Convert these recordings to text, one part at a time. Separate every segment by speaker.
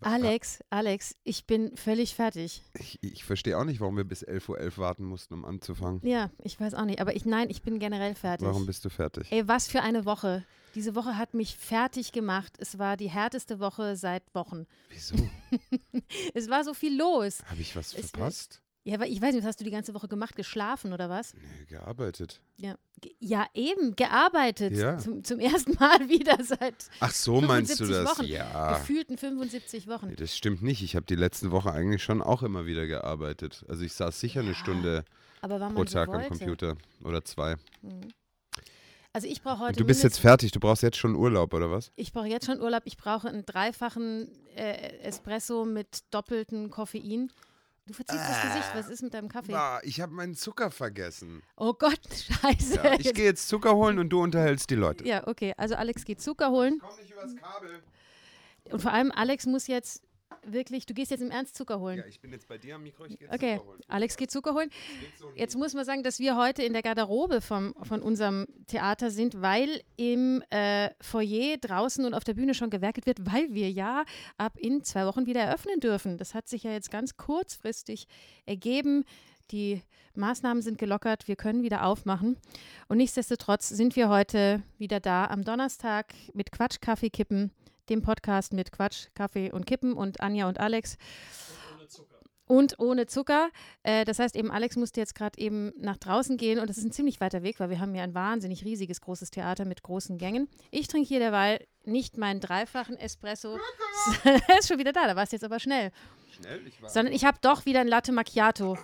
Speaker 1: Alex, Alex, ich bin völlig fertig.
Speaker 2: Ich, ich verstehe auch nicht, warum wir bis 11.11 Uhr warten mussten, um anzufangen.
Speaker 1: Ja, ich weiß auch nicht. Aber ich, nein, ich bin generell fertig.
Speaker 2: Warum bist du fertig?
Speaker 1: Ey, was für eine Woche. Diese Woche hat mich fertig gemacht. Es war die härteste Woche seit Wochen.
Speaker 2: Wieso?
Speaker 1: Es war so viel los.
Speaker 2: Habe ich was
Speaker 1: Es-
Speaker 2: verpasst?
Speaker 1: Ja, aber ich weiß nicht, was hast du die ganze Woche gemacht? Geschlafen oder was?
Speaker 2: Nee, gearbeitet.
Speaker 1: Ja, Ge- ja eben, gearbeitet.
Speaker 2: Ja.
Speaker 1: Zum, zum ersten Mal wieder seit
Speaker 2: Ach so, meinst du
Speaker 1: 75
Speaker 2: das?
Speaker 1: Wochen.
Speaker 2: Ja.
Speaker 1: gefühlten 75 Wochen.
Speaker 2: Nee, das stimmt nicht. Ich habe die letzten Woche eigentlich schon auch immer wieder gearbeitet. Also ich saß sicher eine Stunde
Speaker 1: Aber wann
Speaker 2: pro
Speaker 1: man so
Speaker 2: Tag am
Speaker 1: wollte.
Speaker 2: Computer oder zwei.
Speaker 1: Also ich brauche heute
Speaker 2: Und du bist
Speaker 1: mindestens-
Speaker 2: jetzt fertig. Du brauchst jetzt schon Urlaub oder was?
Speaker 1: Ich brauche jetzt schon Urlaub. Ich brauche einen dreifachen äh, Espresso mit doppeltem Koffein. Du verziehst das Gesicht. Was ist mit deinem Kaffee?
Speaker 2: Ah, ich habe meinen Zucker vergessen.
Speaker 1: Oh Gott, scheiße.
Speaker 2: Ja, ich
Speaker 1: Jetzt-
Speaker 2: gehe jetzt Zucker holen und du unterhältst die Leute.
Speaker 1: ja, okay. Also Alex geht Zucker holen.
Speaker 2: Komm nicht übers Kabel.
Speaker 1: Und vor allem Alex muss jetzt wirklich, du gehst jetzt im Ernst Zucker holen.
Speaker 2: ich bin jetzt bei dir am Mikro. Ich gehe
Speaker 1: Okay, Alex geht Zucker holen. Jetzt muss man sagen, dass wir heute in der Garderobe vom, von unserem Theater sind, weil im äh, Foyer draußen und auf der Bühne schon gewerkelt wird, weil wir ja ab in zwei Wochen wieder eröffnen dürfen. Das hat sich ja jetzt ganz kurzfristig ergeben. Die Maßnahmen sind gelockert, wir können wieder aufmachen. Und nichtsdestotrotz sind wir heute wieder da am Donnerstag mit Quatsch, Kaffee, Kippen, dem Podcast mit Quatsch, Kaffee und Kippen und Anja und Alex. Und ohne Zucker. Äh, das heißt eben, Alex musste jetzt gerade eben nach draußen gehen und das ist ein ziemlich weiter Weg, weil wir haben hier ein wahnsinnig riesiges, großes Theater mit großen Gängen. Ich trinke hier derweil nicht meinen dreifachen Espresso. Er ist schon wieder da, da warst du jetzt aber schnell.
Speaker 2: Schnell, ich war.
Speaker 1: Sondern ich habe doch wieder ein Latte Macchiato.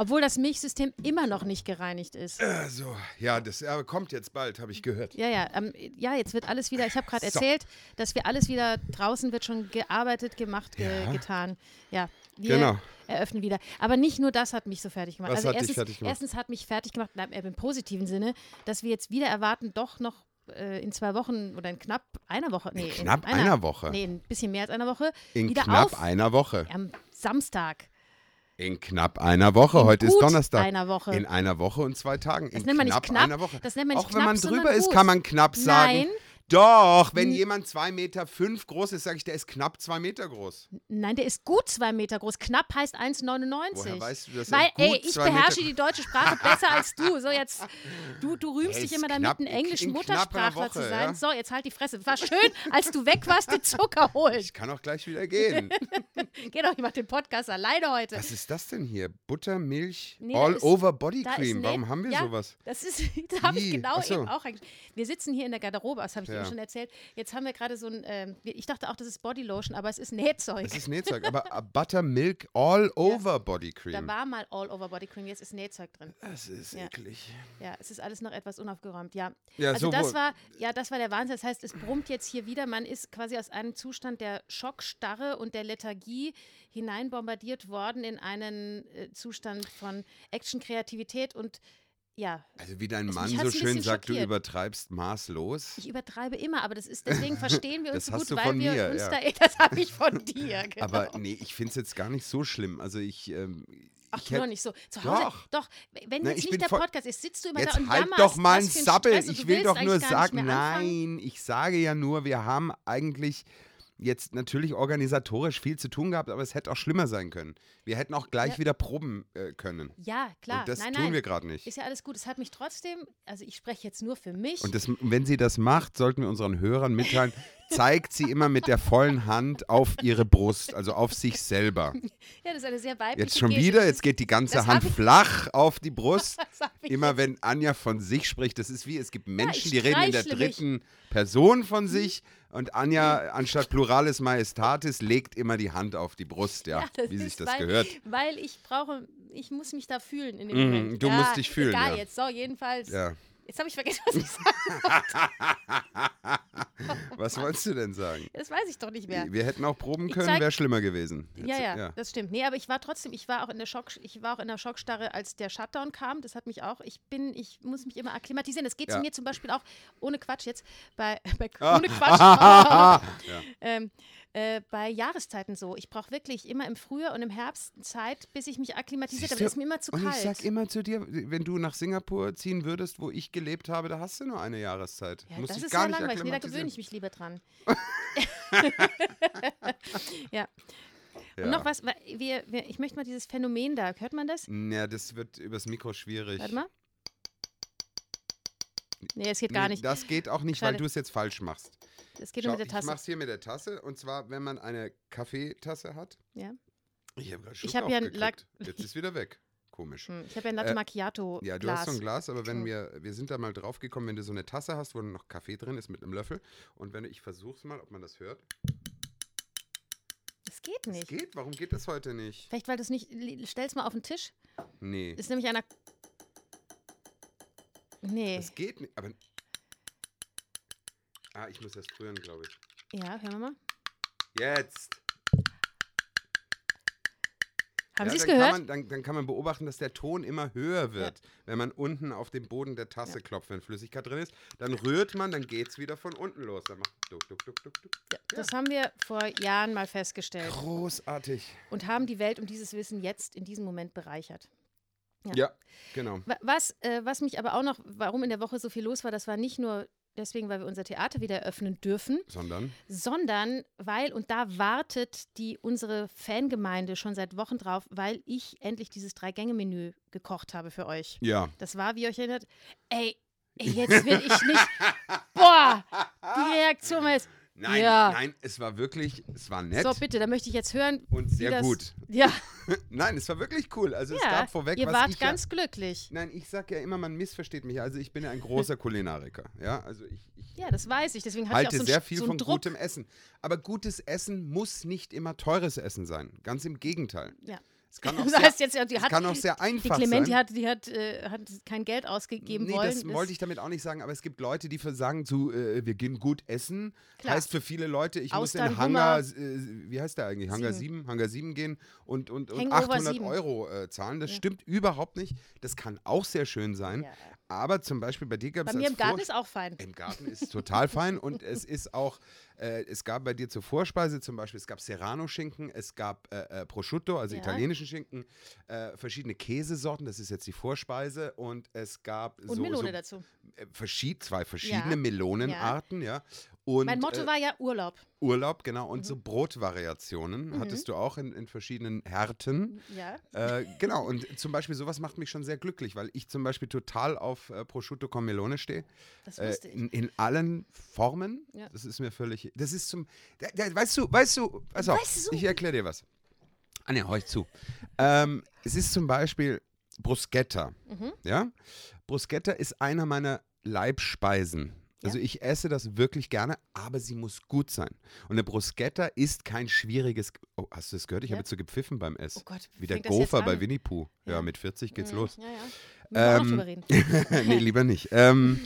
Speaker 1: Obwohl das Milchsystem immer noch nicht gereinigt ist.
Speaker 2: Also, ja, das äh, kommt jetzt bald, habe ich gehört.
Speaker 1: Ja, ja, ähm, ja, jetzt wird alles wieder, ich habe gerade
Speaker 2: So.
Speaker 1: erzählt, dass wir alles wieder draußen wird schon gearbeitet, gemacht, ge
Speaker 2: Ja.
Speaker 1: getan. Ja, wir
Speaker 2: Genau.
Speaker 1: eröffnen wieder. Aber nicht nur das hat mich so fertig gemacht.
Speaker 2: Was
Speaker 1: also
Speaker 2: hat dich
Speaker 1: erstens,
Speaker 2: fertig gemacht?
Speaker 1: erstens hat mich fertig gemacht, na, eher im positiven Sinne, dass wir jetzt wieder erwarten, doch noch äh, in zwei Wochen oder in knapp einer Woche. Nee,
Speaker 2: knapp
Speaker 1: in einer,
Speaker 2: einer Woche?
Speaker 1: Nee, ein bisschen mehr als einer Woche.
Speaker 2: In
Speaker 1: wieder
Speaker 2: knapp
Speaker 1: auf
Speaker 2: einer Woche.
Speaker 1: am Samstag.
Speaker 2: In knapp einer Woche. Heute ist
Speaker 1: gut
Speaker 2: Donnerstag.
Speaker 1: einer Woche.
Speaker 2: In einer Woche und zwei Tagen.
Speaker 1: Das
Speaker 2: in
Speaker 1: nennt man nicht
Speaker 2: knapp
Speaker 1: knapp,
Speaker 2: einer Woche.
Speaker 1: das nennt man nicht
Speaker 2: Auch wenn man
Speaker 1: knapp,
Speaker 2: drüber
Speaker 1: sondern
Speaker 2: ist,
Speaker 1: gut.
Speaker 2: kann man knapp sagen.
Speaker 1: Nein.
Speaker 2: Doch, wenn jemand zwei Meter fünf groß ist, sage ich, der ist knapp zwei Meter groß.
Speaker 1: Nein, der ist gut zwei Meter groß. Knapp heißt 1,99.
Speaker 2: Woher weißt du, dass er
Speaker 1: Weil,
Speaker 2: gut
Speaker 1: ey, ich
Speaker 2: zwei Meter
Speaker 1: beherrsche
Speaker 2: groß-
Speaker 1: die deutsche Sprache besser als du. So, jetzt, du, du rühmst
Speaker 2: Hey,
Speaker 1: dich
Speaker 2: ist
Speaker 1: immer damit,
Speaker 2: knapp-
Speaker 1: ein englischen
Speaker 2: in knapper
Speaker 1: Muttersprachler zu
Speaker 2: Woche,
Speaker 1: sein.
Speaker 2: ja.
Speaker 1: So, jetzt halt die Fresse. War schön, als du weg warst, den Zucker holen.
Speaker 2: Ich kann auch gleich wieder gehen.
Speaker 1: Geh doch, ich mach den Podcast alleine heute.
Speaker 2: Was ist das denn hier? Butter, Milch,
Speaker 1: Nee, da
Speaker 2: All
Speaker 1: ist-
Speaker 2: Over Body
Speaker 1: Da ist
Speaker 2: Cream.
Speaker 1: ne-
Speaker 2: Warum haben wir
Speaker 1: ja,
Speaker 2: sowas?
Speaker 1: Das ist, da habe ich
Speaker 2: Ih,
Speaker 1: genau
Speaker 2: ach so.
Speaker 1: eben auch eigentlich. Wir sitzen hier in der Garderobe, das habe ich
Speaker 2: Ja.
Speaker 1: eben schon erzählt. Jetzt haben wir gerade so ein, ähm, wir- ich dachte auch, das ist Bodylotion, aber es ist Nähzeug.
Speaker 2: Es ist Nähzeug, aber äh, Buttermilk All Over Body
Speaker 1: Da
Speaker 2: Cream.
Speaker 1: war mal All Over Body Cream, jetzt ist Nähzeug drin.
Speaker 2: Das ist
Speaker 1: Ja.
Speaker 2: eklig.
Speaker 1: Ja, es ist alles noch etwas unaufgeräumt, ja.
Speaker 2: Ja,
Speaker 1: also
Speaker 2: so
Speaker 1: das
Speaker 2: wohl.
Speaker 1: war, ja, das war der Wahnsinn. Das heißt, es brummt jetzt hier wieder. Man ist quasi aus einem Zustand der Schockstarre und der Lethargie hineinbombardiert worden in einen äh, Zustand von Action, Kreativität und ja,
Speaker 2: Also wie dein
Speaker 1: Also
Speaker 2: Mann
Speaker 1: mich
Speaker 2: so
Speaker 1: hat's ein bisschen
Speaker 2: schön sagt, du
Speaker 1: schockiert.
Speaker 2: übertreibst maßlos.
Speaker 1: ich übertreibe immer, aber das ist, deswegen verstehen wir
Speaker 2: Das
Speaker 1: uns so
Speaker 2: hast
Speaker 1: gut,
Speaker 2: du
Speaker 1: weil
Speaker 2: von
Speaker 1: wir
Speaker 2: mir,
Speaker 1: uns
Speaker 2: ja.
Speaker 1: da, das habe ich von dir, genau.
Speaker 2: Aber nee, ich finde es jetzt gar nicht so schlimm. Also ich, ähm,
Speaker 1: Ach,
Speaker 2: ich
Speaker 1: du noch
Speaker 2: hätt-
Speaker 1: nicht so. Zu Hause,
Speaker 2: Doch.
Speaker 1: doch, wenn
Speaker 2: Na,
Speaker 1: jetzt
Speaker 2: ich
Speaker 1: nicht
Speaker 2: bin
Speaker 1: der
Speaker 2: voll-
Speaker 1: Podcast ist, sitzt du immer
Speaker 2: Jetzt
Speaker 1: da und
Speaker 2: halt
Speaker 1: jammerst,
Speaker 2: doch mal
Speaker 1: was
Speaker 2: ein
Speaker 1: für
Speaker 2: Sabbel.
Speaker 1: Stress und
Speaker 2: ich
Speaker 1: du
Speaker 2: will
Speaker 1: willst
Speaker 2: doch
Speaker 1: eigentlich
Speaker 2: nur
Speaker 1: gar nicht
Speaker 2: sagen,
Speaker 1: mehr anfangen.
Speaker 2: nein, ich sage ja nur, wir haben eigentlich jetzt natürlich organisatorisch viel zu tun gehabt, aber es hätte auch schlimmer sein können. Wir hätten auch gleich
Speaker 1: Ja.
Speaker 2: wieder proben äh, können.
Speaker 1: Ja, klar.
Speaker 2: Und das
Speaker 1: nein,
Speaker 2: tun
Speaker 1: nein.
Speaker 2: wir gerade nicht.
Speaker 1: Ist ja alles gut. Es hat mich trotzdem, also ich spreche jetzt nur für mich.
Speaker 2: Und das, wenn sie das macht, sollten wir unseren Hörern mitteilen, zeigt sie immer mit der vollen Hand auf ihre Brust, also auf sich selber.
Speaker 1: ja, das ist eine sehr weibliche
Speaker 2: Jetzt schon
Speaker 1: Geste.
Speaker 2: wieder,
Speaker 1: Das
Speaker 2: jetzt geht die ganze
Speaker 1: das
Speaker 2: Hand
Speaker 1: hab ich-
Speaker 2: flach auf die Brust.
Speaker 1: ist- das hab ich
Speaker 2: Immer wenn Anja von sich spricht, das ist wie, es gibt Menschen,
Speaker 1: ich
Speaker 2: die reden in der
Speaker 1: streichle mich. Mhm.
Speaker 2: dritten Person von sich und Anja, anstatt Pluralis Majestatis, legt immer die Hand auf die Brust, ja,
Speaker 1: Ja, das
Speaker 2: wie sich
Speaker 1: ist,
Speaker 2: das
Speaker 1: weil,
Speaker 2: gehört.
Speaker 1: Weil ich brauche, ich muss mich da fühlen in dem
Speaker 2: Mhm,
Speaker 1: Moment.
Speaker 2: du
Speaker 1: ja,
Speaker 2: musst dich fühlen,
Speaker 1: Egal
Speaker 2: ja.
Speaker 1: jetzt, so jedenfalls.
Speaker 2: Ja.
Speaker 1: Jetzt habe ich vergessen, was ich sage.
Speaker 2: Was wolltest du denn sagen?
Speaker 1: Das weiß ich doch nicht mehr.
Speaker 2: Wir hätten auch proben
Speaker 1: Ich
Speaker 2: können,
Speaker 1: zeig-
Speaker 2: wäre schlimmer gewesen.
Speaker 1: Ja, ja, das stimmt. Nee, aber ich war trotzdem, ich war auch in der Schock, ich war auch in der Schockstarre, als der Shutdown kam. Das hat mich auch, ich bin, ich muss mich immer akklimatisieren. Das geht
Speaker 2: Ja.
Speaker 1: zu mir zum Beispiel auch, ohne Quatsch jetzt, bei, bei
Speaker 2: Ah.
Speaker 1: ohne Quatsch. ähm, äh, bei Jahreszeiten so. Ich brauche wirklich immer im Frühjahr und im Herbst Zeit, bis ich mich akklimatisiert habe.
Speaker 2: Siehste?
Speaker 1: Ist mir immer zu
Speaker 2: Und
Speaker 1: kalt.
Speaker 2: ich sag immer zu dir, wenn du nach Singapur ziehen würdest, wo ich gelebt habe, da hast du nur eine Jahreszeit.
Speaker 1: ja,
Speaker 2: Musst
Speaker 1: das
Speaker 2: dich
Speaker 1: ist
Speaker 2: gar
Speaker 1: sehr
Speaker 2: nicht
Speaker 1: langweilig. Nee, da gewöhne ich
Speaker 2: akklimatisieren.
Speaker 1: mich lieber dran. ja. Und noch was, weil wir, wir, ich möchte mal dieses Phänomen da, hört man das?
Speaker 2: Ja, das wird übers Mikro schwierig.
Speaker 1: Warte mal. Nee, es geht gar
Speaker 2: Nee,
Speaker 1: nicht.
Speaker 2: Das geht auch nicht,
Speaker 1: Schade.
Speaker 2: weil du es jetzt falsch machst.
Speaker 1: Es geht nur mit der
Speaker 2: Ich
Speaker 1: Tasse.
Speaker 2: mach's hier mit der Tasse. Und zwar, wenn man eine Kaffeetasse hat.
Speaker 1: Ja.
Speaker 2: Ich habe gerade
Speaker 1: Ich
Speaker 2: Schluck
Speaker 1: hab ja ein
Speaker 2: aufgekriegt. Jetzt ist wieder weg. Komisch.
Speaker 1: Hm, Ich habe ja ein Latte
Speaker 2: Äh,
Speaker 1: Macchiato
Speaker 2: Ja, du
Speaker 1: Glas.
Speaker 2: hast so ein Glas, aber
Speaker 1: Mhm.
Speaker 2: wenn wir, wir sind da mal drauf gekommen, wenn du so eine Tasse hast, wo noch Kaffee drin ist mit einem Löffel und wenn du, ich versuch's mal, ob man das hört.
Speaker 1: Das geht
Speaker 2: Das
Speaker 1: nicht.
Speaker 2: geht, warum geht das heute nicht?
Speaker 1: Vielleicht, weil du es nicht, li- stell's mal auf den Tisch.
Speaker 2: Nee,
Speaker 1: Ist nämlich einer. Nee.
Speaker 2: das geht nicht, aber Ah, ich muss das rühren, glaube ich.
Speaker 1: Ja, hören wir mal.
Speaker 2: Jetzt!
Speaker 1: Haben
Speaker 2: Ja,
Speaker 1: Sie es
Speaker 2: dann
Speaker 1: gehört?
Speaker 2: Kann man, dann, dann kann man beobachten, dass der Ton immer höher wird, wenn man unten auf den Boden der Tasse klopft, wenn Flüssigkeit drin ist. Dann rührt man, dann geht es wieder von unten los. Dann macht duck, duck, duck, duck, duck.
Speaker 1: Das haben wir vor Jahren mal festgestellt
Speaker 2: Großartig.
Speaker 1: und haben die Welt um dieses Wissen jetzt in diesem Moment bereichert. Ja.
Speaker 2: Ja, genau.
Speaker 1: Wa- Was, äh, was mich aber auch noch, warum in der Woche so viel los war, das war nicht nur deswegen, weil wir unser Theater wieder eröffnen dürfen,
Speaker 2: Sondern
Speaker 1: sondern weil, und da wartet die unsere Fangemeinde schon seit Wochen drauf, weil ich endlich dieses Drei-Gänge-Menü gekocht habe für euch.
Speaker 2: Ja.
Speaker 1: Das war, wie ihr euch erinnert, ey, ey, jetzt will ich nicht. Boah, die Reaktion war jetzt,
Speaker 2: Nein,
Speaker 1: Ja.
Speaker 2: nein, es war wirklich, es war nett
Speaker 1: so bitte, da möchte ich jetzt hören,
Speaker 2: und
Speaker 1: wie
Speaker 2: sehr
Speaker 1: das-
Speaker 2: gut.
Speaker 1: Ja,
Speaker 2: Nein, es war wirklich cool. Also es
Speaker 1: ja
Speaker 2: gab vorweg,
Speaker 1: ihr
Speaker 2: was
Speaker 1: wart
Speaker 2: ich
Speaker 1: ganz glücklich.
Speaker 2: ja, Nein, ich sag ja immer, man missversteht mich. Also ich bin ja ein großer Kulinariker. Ja, also ich, ich
Speaker 1: Ja, das weiß ich, deswegen hatte ich auch
Speaker 2: halte
Speaker 1: so einen,
Speaker 2: sehr
Speaker 1: Sch-
Speaker 2: viel
Speaker 1: so einen
Speaker 2: von
Speaker 1: Druck.
Speaker 2: gutem Essen. Aber gutes Essen muss nicht immer teures Essen sein. Ganz im Gegenteil.
Speaker 1: Ja.
Speaker 2: Es kann auch
Speaker 1: Das
Speaker 2: sehr,
Speaker 1: heißt jetzt, die
Speaker 2: es
Speaker 1: hat-
Speaker 2: kann auch sehr
Speaker 1: Die
Speaker 2: einfach
Speaker 1: Clementi
Speaker 2: sein.
Speaker 1: hat, die hat, äh, hat kein Geld ausgegeben
Speaker 2: nee,
Speaker 1: wollen.
Speaker 2: das wollte ich damit auch nicht sagen, aber es gibt Leute, die sagen zu, äh, wir gehen gut essen.
Speaker 1: Klar.
Speaker 2: Heißt für viele Leute, ich muss
Speaker 1: Austern,
Speaker 2: in Hangar,
Speaker 1: Hummer.
Speaker 2: äh, wie heißt der eigentlich? Hangar
Speaker 1: Sieben.
Speaker 2: 7, Hangar 7 gehen und, und, und
Speaker 1: Hangover
Speaker 2: 800
Speaker 1: 7.
Speaker 2: Euro äh, zahlen. Das
Speaker 1: Ja.
Speaker 2: stimmt überhaupt nicht. Das kann auch sehr schön sein.
Speaker 1: Ja.
Speaker 2: Aber zum Beispiel bei dir gab es
Speaker 1: Bei mir
Speaker 2: als
Speaker 1: im Garten
Speaker 2: Vorsch-
Speaker 1: ist auch fein.
Speaker 2: Im Garten ist total fein und es ist auch, äh, es gab bei dir zur Vorspeise zum Beispiel, es gab Serrano-Schinken, es gab äh, äh, Prosciutto, also
Speaker 1: Ja.
Speaker 2: italienischen Schinken, äh, verschiedene Käsesorten, das ist jetzt die Vorspeise und es gab
Speaker 1: Und
Speaker 2: so,
Speaker 1: Melone
Speaker 2: so äh,
Speaker 1: dazu.
Speaker 2: verschied, zwei verschiedene
Speaker 1: Ja.
Speaker 2: Melonenarten, ja. Und,
Speaker 1: Mein Motto
Speaker 2: äh,
Speaker 1: war Mhm. ja Urlaub.
Speaker 2: Urlaub, genau, und so Brotvariationen
Speaker 1: Mhm.
Speaker 2: hattest du auch in, in verschiedenen Härten.
Speaker 1: Ja.
Speaker 2: Äh, genau, und zum Beispiel sowas macht mich schon sehr glücklich, weil ich zum Beispiel total auf äh, Prosciutto con Melone stehe.
Speaker 1: Das
Speaker 2: Äh,
Speaker 1: wusste ich.
Speaker 2: in, in allen Formen.
Speaker 1: Ja.
Speaker 2: Das ist mir völlig. Das ist zum. Da, da, weißt du, weißt du, pass auf,
Speaker 1: Weißt du?
Speaker 2: ich erkläre dir was. Anja, hör ich zu. ähm, es ist zum Beispiel Bruschetta.
Speaker 1: Mhm.
Speaker 2: Ja? Bruschetta ist einer meiner Leibspeisen.
Speaker 1: Ja.
Speaker 2: Also ich esse das wirklich gerne, aber sie muss gut sein. Und eine Bruschetta ist kein schwieriges. Oh, hast du das gehört? Ich
Speaker 1: Ja.
Speaker 2: habe jetzt so gepfiffen beim Essen.
Speaker 1: Oh Gott,
Speaker 2: Wie der
Speaker 1: fängt das jetzt
Speaker 2: Gopher bei
Speaker 1: an?
Speaker 2: Winnie Pooh. Ja.
Speaker 1: Ja.
Speaker 2: mit 40 geht's
Speaker 1: Mhm.
Speaker 2: los.
Speaker 1: Ja, ja. Müssen wir auch noch
Speaker 2: Ähm,
Speaker 1: drüber reden.
Speaker 2: nee, lieber nicht. Ähm,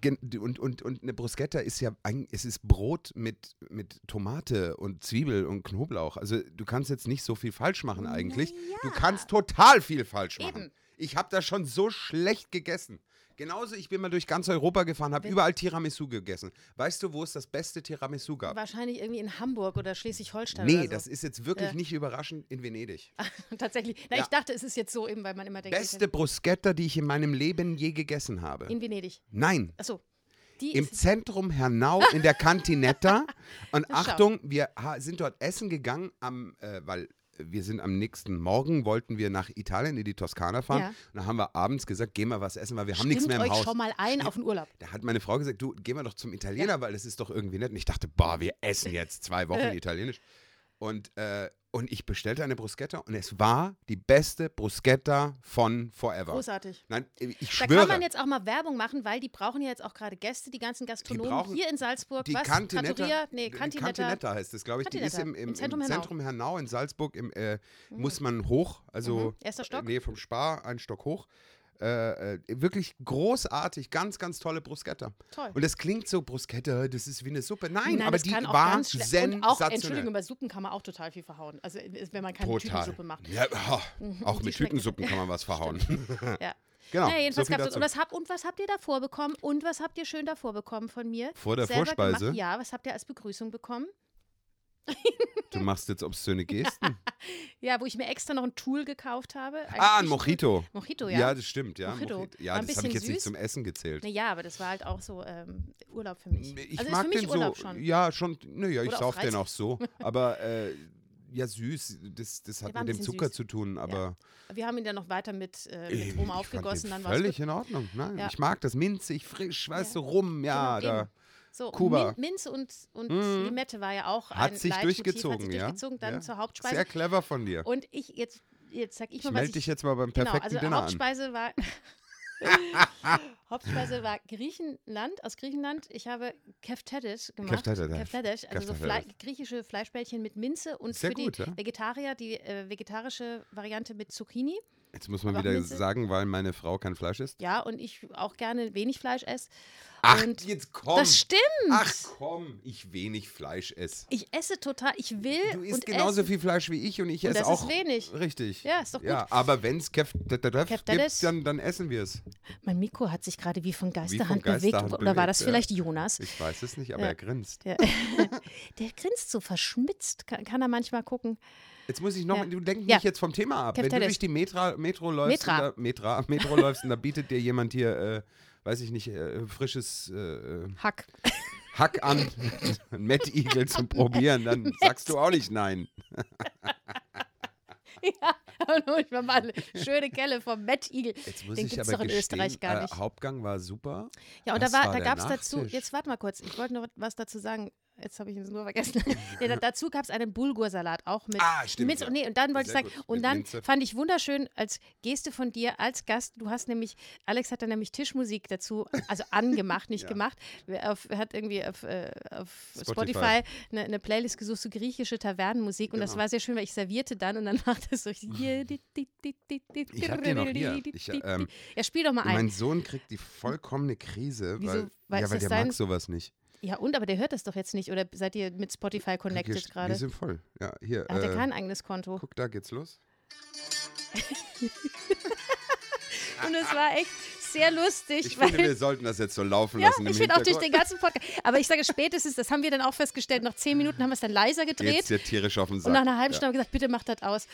Speaker 2: gen- und, und, und eine Bruschetta ist ja, ein, es ist Brot mit, mit Tomate und Zwiebel und Knoblauch. Also du kannst jetzt nicht so viel falsch machen eigentlich. Du kannst total viel falsch machen.
Speaker 1: Eben.
Speaker 2: Ich habe da schon so schlecht gegessen. Genauso, ich bin mal durch ganz Europa gefahren, habe überall Tiramisu gegessen. Weißt du, wo es das beste Tiramisu gab?
Speaker 1: Wahrscheinlich irgendwie in Hamburg oder Schleswig-Holstein.
Speaker 2: Nee,
Speaker 1: oder so. Äh.
Speaker 2: das ist jetzt wirklich
Speaker 1: Ja.
Speaker 2: nicht überraschend in Venedig.
Speaker 1: Tatsächlich. Na,
Speaker 2: Ja.
Speaker 1: ich dachte, es ist jetzt so eben, weil man immer denkt,
Speaker 2: Beste Bruschetta, die ich in meinem Leben je gegessen habe.
Speaker 1: in Venedig.
Speaker 2: Nein,
Speaker 1: Achso. Die
Speaker 2: Im
Speaker 1: ist,
Speaker 2: Zentrum Hernau in der Cantinetta. Und
Speaker 1: Na, schau.
Speaker 2: Achtung, wir ha- sind dort essen gegangen, am, äh, weil wir sind am nächsten Morgen, wollten wir nach Italien in die Toskana fahren.
Speaker 1: Ja.
Speaker 2: Und da haben wir abends gesagt, gehen wir was essen, weil wir haben
Speaker 1: stimmt
Speaker 2: nichts mehr im
Speaker 1: euch
Speaker 2: Haus.
Speaker 1: schon mal ein
Speaker 2: Stimmt.
Speaker 1: auf den Urlaub.
Speaker 2: Da hat meine Frau gesagt, du, gehen wir doch zum Italiener, weil das ist doch irgendwie nett. Und ich dachte, boah, wir essen jetzt zwei Wochen
Speaker 1: Äh.
Speaker 2: Italienisch. Und, äh, und ich bestellte eine Bruschetta und es war die beste Bruschetta von Forever.
Speaker 1: Großartig.
Speaker 2: Nein, ich
Speaker 1: Da
Speaker 2: schwöre.
Speaker 1: kann man jetzt auch mal Werbung machen, weil die brauchen ja jetzt auch gerade Gäste, die ganzen Gastronomen
Speaker 2: brauchen-
Speaker 1: hier in Salzburg.
Speaker 2: Die
Speaker 1: was?
Speaker 2: Cantinetta,
Speaker 1: Trattoria? Nee,
Speaker 2: die
Speaker 1: Cantinetta.
Speaker 2: Cantinetta heißt das, glaube ich. Die ist
Speaker 1: Cantinetta,
Speaker 2: im, im,
Speaker 1: im Zentrum
Speaker 2: im
Speaker 1: Hernau.
Speaker 2: Zentrum Hernau in Salzburg. Im, äh, Muss man hoch, also
Speaker 1: Mhm. Erster Stock?
Speaker 2: Nee, vom Spar, einen Stock hoch. Äh, äh, wirklich großartig, ganz, ganz tolle Bruschetta.
Speaker 1: Toll.
Speaker 2: Und das klingt so, Bruschetta, das ist wie eine Suppe. Nein,
Speaker 1: Nein,
Speaker 2: aber
Speaker 1: das
Speaker 2: die
Speaker 1: kann auch
Speaker 2: war
Speaker 1: ganz schle- Und auch, Entschuldigung,
Speaker 2: sensationell.
Speaker 1: über Suppen kann man auch total viel verhauen. Also in- wenn man keine
Speaker 2: Total.
Speaker 1: Tütensuppe macht.
Speaker 2: Ja, oh, auch
Speaker 1: Die
Speaker 2: mit
Speaker 1: schmeckt-
Speaker 2: Tütensuppen kann man was verhauen.
Speaker 1: Ja.
Speaker 2: genau.
Speaker 1: naja, jedenfalls
Speaker 2: so viel
Speaker 1: gab's um das.
Speaker 2: dazu.
Speaker 1: Und was, hab, und was habt ihr davor bekommen? Und was habt ihr schön davor bekommen von mir?
Speaker 2: Vor der
Speaker 1: Selber
Speaker 2: Vorspeise?
Speaker 1: Gemacht, ja, was habt ihr als Begrüßung bekommen?
Speaker 2: Du machst jetzt obszöne Gesten.
Speaker 1: Ja, wo ich mir extra noch ein Tool gekauft habe.
Speaker 2: ah, ein
Speaker 1: richtig-
Speaker 2: Mojito.
Speaker 1: Mojito,
Speaker 2: Ja.
Speaker 1: ja.
Speaker 2: das stimmt, ja.
Speaker 1: Mojito.
Speaker 2: Mojito. Ja,
Speaker 1: War ein
Speaker 2: das habe ich
Speaker 1: bisschen
Speaker 2: jetzt nicht
Speaker 1: süß.
Speaker 2: zum Essen gezählt.
Speaker 1: Naja, aber das war halt auch so ähm, Urlaub für mich.
Speaker 2: Ich
Speaker 1: also
Speaker 2: mag
Speaker 1: ist für mich
Speaker 2: den
Speaker 1: Urlaub
Speaker 2: so.
Speaker 1: schon.
Speaker 2: Ja, schon. Naja, ich
Speaker 1: Oder auch
Speaker 2: sauf den
Speaker 1: Freizeit.
Speaker 2: auch so. Aber äh, ja, süß. Das, das hat
Speaker 1: war ein
Speaker 2: mit dem
Speaker 1: bisschen
Speaker 2: Zucker
Speaker 1: süß.
Speaker 2: zu tun, aber
Speaker 1: Wir haben ihn dann noch weiter mit, äh,
Speaker 2: ich-
Speaker 1: mit
Speaker 2: ich
Speaker 1: Rum
Speaker 2: fand
Speaker 1: aufgegossen,
Speaker 2: den
Speaker 1: dann war es
Speaker 2: völlig
Speaker 1: gut.
Speaker 2: in Ordnung. Nein,
Speaker 1: Ja.
Speaker 2: ich mag das minzig, frisch, weißt
Speaker 1: Ja.
Speaker 2: du, rum, ja,
Speaker 1: Genau,
Speaker 2: da
Speaker 1: eben. So,
Speaker 2: Kuba.
Speaker 1: Min Minze und, und
Speaker 2: Mhm.
Speaker 1: Limette war ja auch
Speaker 2: hat
Speaker 1: ein
Speaker 2: sich
Speaker 1: Leitmotiv, hat
Speaker 2: durchgezogen,
Speaker 1: sich
Speaker 2: ja.
Speaker 1: durchgezogen, dann
Speaker 2: ja.
Speaker 1: zur Hauptspeise.
Speaker 2: Sehr clever von dir.
Speaker 1: und ich, jetzt, jetzt sag ich
Speaker 2: Ich
Speaker 1: mal, was
Speaker 2: melde
Speaker 1: ich
Speaker 2: dich jetzt mal beim
Speaker 1: Genau,
Speaker 2: perfekten
Speaker 1: also
Speaker 2: Dinner an.
Speaker 1: Hauptspeise war Hauptspeise war Griechenland, aus Griechenland. Ich habe Keftedes gemacht.
Speaker 2: Keftedes.
Speaker 1: Keftedes, also so Fle
Speaker 2: Keftedes.
Speaker 1: griechische Fleischbällchen mit Minze und
Speaker 2: Sehr
Speaker 1: für
Speaker 2: gut,
Speaker 1: die
Speaker 2: ja.
Speaker 1: Vegetarier die äh, vegetarische Variante mit Zucchini.
Speaker 2: Jetzt muss man
Speaker 1: aber auch
Speaker 2: wieder
Speaker 1: Minze.
Speaker 2: sagen, weil meine Frau kein Fleisch isst.
Speaker 1: Ja, und ich auch gerne wenig Fleisch esse.
Speaker 2: Ach,
Speaker 1: Und
Speaker 2: jetzt komm.
Speaker 1: Das stimmt.
Speaker 2: Ach komm, ich wenig Fleisch esse.
Speaker 1: Ich esse total, ich will
Speaker 2: Du
Speaker 1: und
Speaker 2: isst genauso
Speaker 1: esse.
Speaker 2: viel Fleisch wie ich und ich
Speaker 1: Und
Speaker 2: esse
Speaker 1: das ist
Speaker 2: auch
Speaker 1: wenig.
Speaker 2: Richtig.
Speaker 1: Ja, ist doch gut.
Speaker 2: Ja, aber wenn es gibt,
Speaker 1: Keftedes.
Speaker 2: dann, dann essen wir es.
Speaker 1: Mein Mikro hat sich gerade wie von Geisterhand bewegt.
Speaker 2: Geisterhand
Speaker 1: Oder war
Speaker 2: bewegt,
Speaker 1: das
Speaker 2: ja.
Speaker 1: vielleicht Jonas?
Speaker 2: Ich weiß es nicht, aber
Speaker 1: Ja.
Speaker 2: er grinst.
Speaker 1: Der, der grinst so verschmitzt. Kann, kann er manchmal gucken.
Speaker 2: Jetzt muss ich noch,
Speaker 1: Ja.
Speaker 2: du denk mich
Speaker 1: Ja.
Speaker 2: jetzt vom Thema ab. Wenn du
Speaker 1: Keftedes.
Speaker 2: durch die Metra, Metro läufst,
Speaker 1: Metra.
Speaker 2: Und da, Metra, Metro läufst und da bietet dir jemand hier, äh, weiß ich nicht, äh, frisches äh,
Speaker 1: Hack.
Speaker 2: Hack an, ein Mettigel zum Probieren, dann sagst du auch nicht nein.
Speaker 1: Ja, und hol ich mir mal eine schöne Kelle vom Mettigel.
Speaker 2: Jetzt muss
Speaker 1: Den
Speaker 2: ich
Speaker 1: gibt's
Speaker 2: aber
Speaker 1: doch in
Speaker 2: gestehen,
Speaker 1: Österreich gar
Speaker 2: äh,
Speaker 1: nicht.
Speaker 2: Hauptgang war super.
Speaker 1: Ja, und da,
Speaker 2: das
Speaker 1: war,
Speaker 2: war
Speaker 1: da
Speaker 2: der
Speaker 1: gab es dazu,
Speaker 2: Nachtisch.
Speaker 1: jetzt warte mal kurz, ich wollte noch was dazu sagen. Jetzt habe ich es nur vergessen. nee, da, dazu gab es einen Bulgursalat auch mit.
Speaker 2: Ah, stimmt,
Speaker 1: Mit,
Speaker 2: ja.
Speaker 1: nee, und dann wollte ich
Speaker 2: Sehr
Speaker 1: sagen,
Speaker 2: gut,
Speaker 1: und
Speaker 2: mit
Speaker 1: dann
Speaker 2: Minze.
Speaker 1: fand ich wunderschön als Geste von dir als Gast, du hast nämlich, Alex hat dann nämlich Tischmusik dazu, also angemacht, nicht
Speaker 2: Ja.
Speaker 1: gemacht. Er auf, hat irgendwie auf, äh, auf
Speaker 2: Spotify.
Speaker 1: Spotify eine, eine Playlist gesucht, so griechische Tavernenmusik. Und das
Speaker 2: Genau.
Speaker 1: war sehr schön, weil ich servierte dann und dann macht das so. hier, di- di- di- di- di-
Speaker 2: Ich hab die noch hier. Ich, ähm,
Speaker 1: ja, spiel doch mal ein.
Speaker 2: Mein Sohn kriegt die vollkommene Krise,
Speaker 1: Wieso?
Speaker 2: weil,
Speaker 1: Weil
Speaker 2: ja,
Speaker 1: ist
Speaker 2: weil der
Speaker 1: das dein-
Speaker 2: mag sowas nicht.
Speaker 1: Ja, und, aber der hört das doch jetzt nicht. Oder seid ihr mit Spotify
Speaker 2: Wir
Speaker 1: connected
Speaker 2: st-
Speaker 1: gerade?
Speaker 2: Wir sind voll. Ja, hier.
Speaker 1: Hat er
Speaker 2: äh,
Speaker 1: kein eigenes Konto.
Speaker 2: Guck, da geht's los.
Speaker 1: Und es war echt sehr lustig,
Speaker 2: Ich finde,
Speaker 1: weil.
Speaker 2: wir sollten das jetzt so laufen
Speaker 1: Ja,
Speaker 2: lassen. im
Speaker 1: ich finde auch durch den
Speaker 2: Hintergrund.
Speaker 1: ganzen Podcast. Aber ich sage spätestens, das haben wir dann auch festgestellt, nach zehn Minuten haben wir es dann leiser
Speaker 2: Geht's
Speaker 1: gedreht
Speaker 2: dir tierisch auf den Sack.
Speaker 1: und nach einer halben Stunde haben wir gesagt, bitte macht das aus.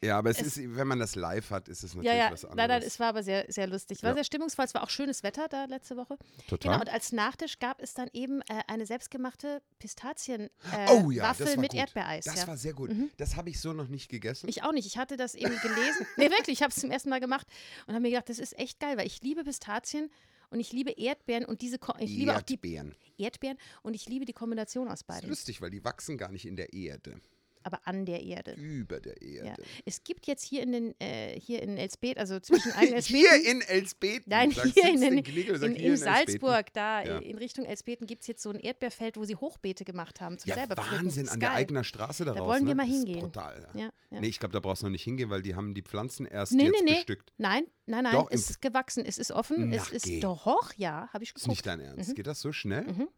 Speaker 2: Ja, ja aber es, ist, wenn man das live hat, ist es natürlich
Speaker 1: ja, ja,
Speaker 2: was anderes.
Speaker 1: nein, nein, es war aber sehr, sehr lustig. War
Speaker 2: Ja.
Speaker 1: sehr stimmungsvoll, es war auch schönes Wetter da letzte Woche.
Speaker 2: Total.
Speaker 1: Genau, und als Nachtisch gab es dann eben äh, eine selbstgemachte Pistazien-Waffel äh,
Speaker 2: oh ja, das
Speaker 1: Waffel
Speaker 2: war
Speaker 1: mit
Speaker 2: gut.
Speaker 1: Erdbeereis.
Speaker 2: Das
Speaker 1: ja. Mhm.
Speaker 2: war sehr gut. Das habe ich so noch nicht gegessen.
Speaker 1: Ich auch nicht. Ich hatte das eben gelesen. nee, wirklich, ich habe es zum ersten Mal gemacht und habe mir gedacht, das ist echt geil, weil ich liebe Pistazien und ich liebe Erdbeeren und diese Ko ich liebe auch die
Speaker 2: Erdbeeren.
Speaker 1: Erdbeeren und ich liebe die Kombination aus
Speaker 2: Das ist
Speaker 1: beiden,
Speaker 2: lustig, weil die wachsen gar nicht in der Erde.
Speaker 1: aber an der Erde.
Speaker 2: Über der
Speaker 1: Ja.
Speaker 2: Erde.
Speaker 1: Es gibt jetzt hier in den äh, hier in Elsbeth, also zwischen allen Elsbeth.
Speaker 2: Hier in Elsbeten.
Speaker 1: Nein,
Speaker 2: Sag,
Speaker 1: hier in,
Speaker 2: sitzt
Speaker 1: den,
Speaker 2: Knigge, sag
Speaker 1: in,
Speaker 2: hier
Speaker 1: in
Speaker 2: Elsbeten.
Speaker 1: Salzburg, da
Speaker 2: Ja.
Speaker 1: in Richtung Elsbeten gibt es jetzt so ein Erdbeerfeld, wo sie Hochbeete gemacht haben zum
Speaker 2: Ja,
Speaker 1: selber pflücken.
Speaker 2: Wahnsinn,
Speaker 1: Ist
Speaker 2: an der
Speaker 1: geil.
Speaker 2: Eigner Straße daraus.
Speaker 1: wollen
Speaker 2: ne?
Speaker 1: wir mal
Speaker 2: Das ist
Speaker 1: hingehen.
Speaker 2: Brutal.
Speaker 1: Ja, ja.
Speaker 2: Nee, ich glaube, da brauchst du noch nicht hingehen, weil die haben die Pflanzen erst
Speaker 1: Nee,
Speaker 2: jetzt
Speaker 1: nee, nee.
Speaker 2: bestückt.
Speaker 1: Nein, nein, nein,
Speaker 2: Doch, im
Speaker 1: es ist gewachsen, es ist offen, es
Speaker 2: Na,
Speaker 1: ist
Speaker 2: geh.
Speaker 1: doch hoch, ja, habe ich
Speaker 2: Ist nicht
Speaker 1: geguckt.
Speaker 2: dein Ernst. Geht das so schnell?
Speaker 1: Mhm.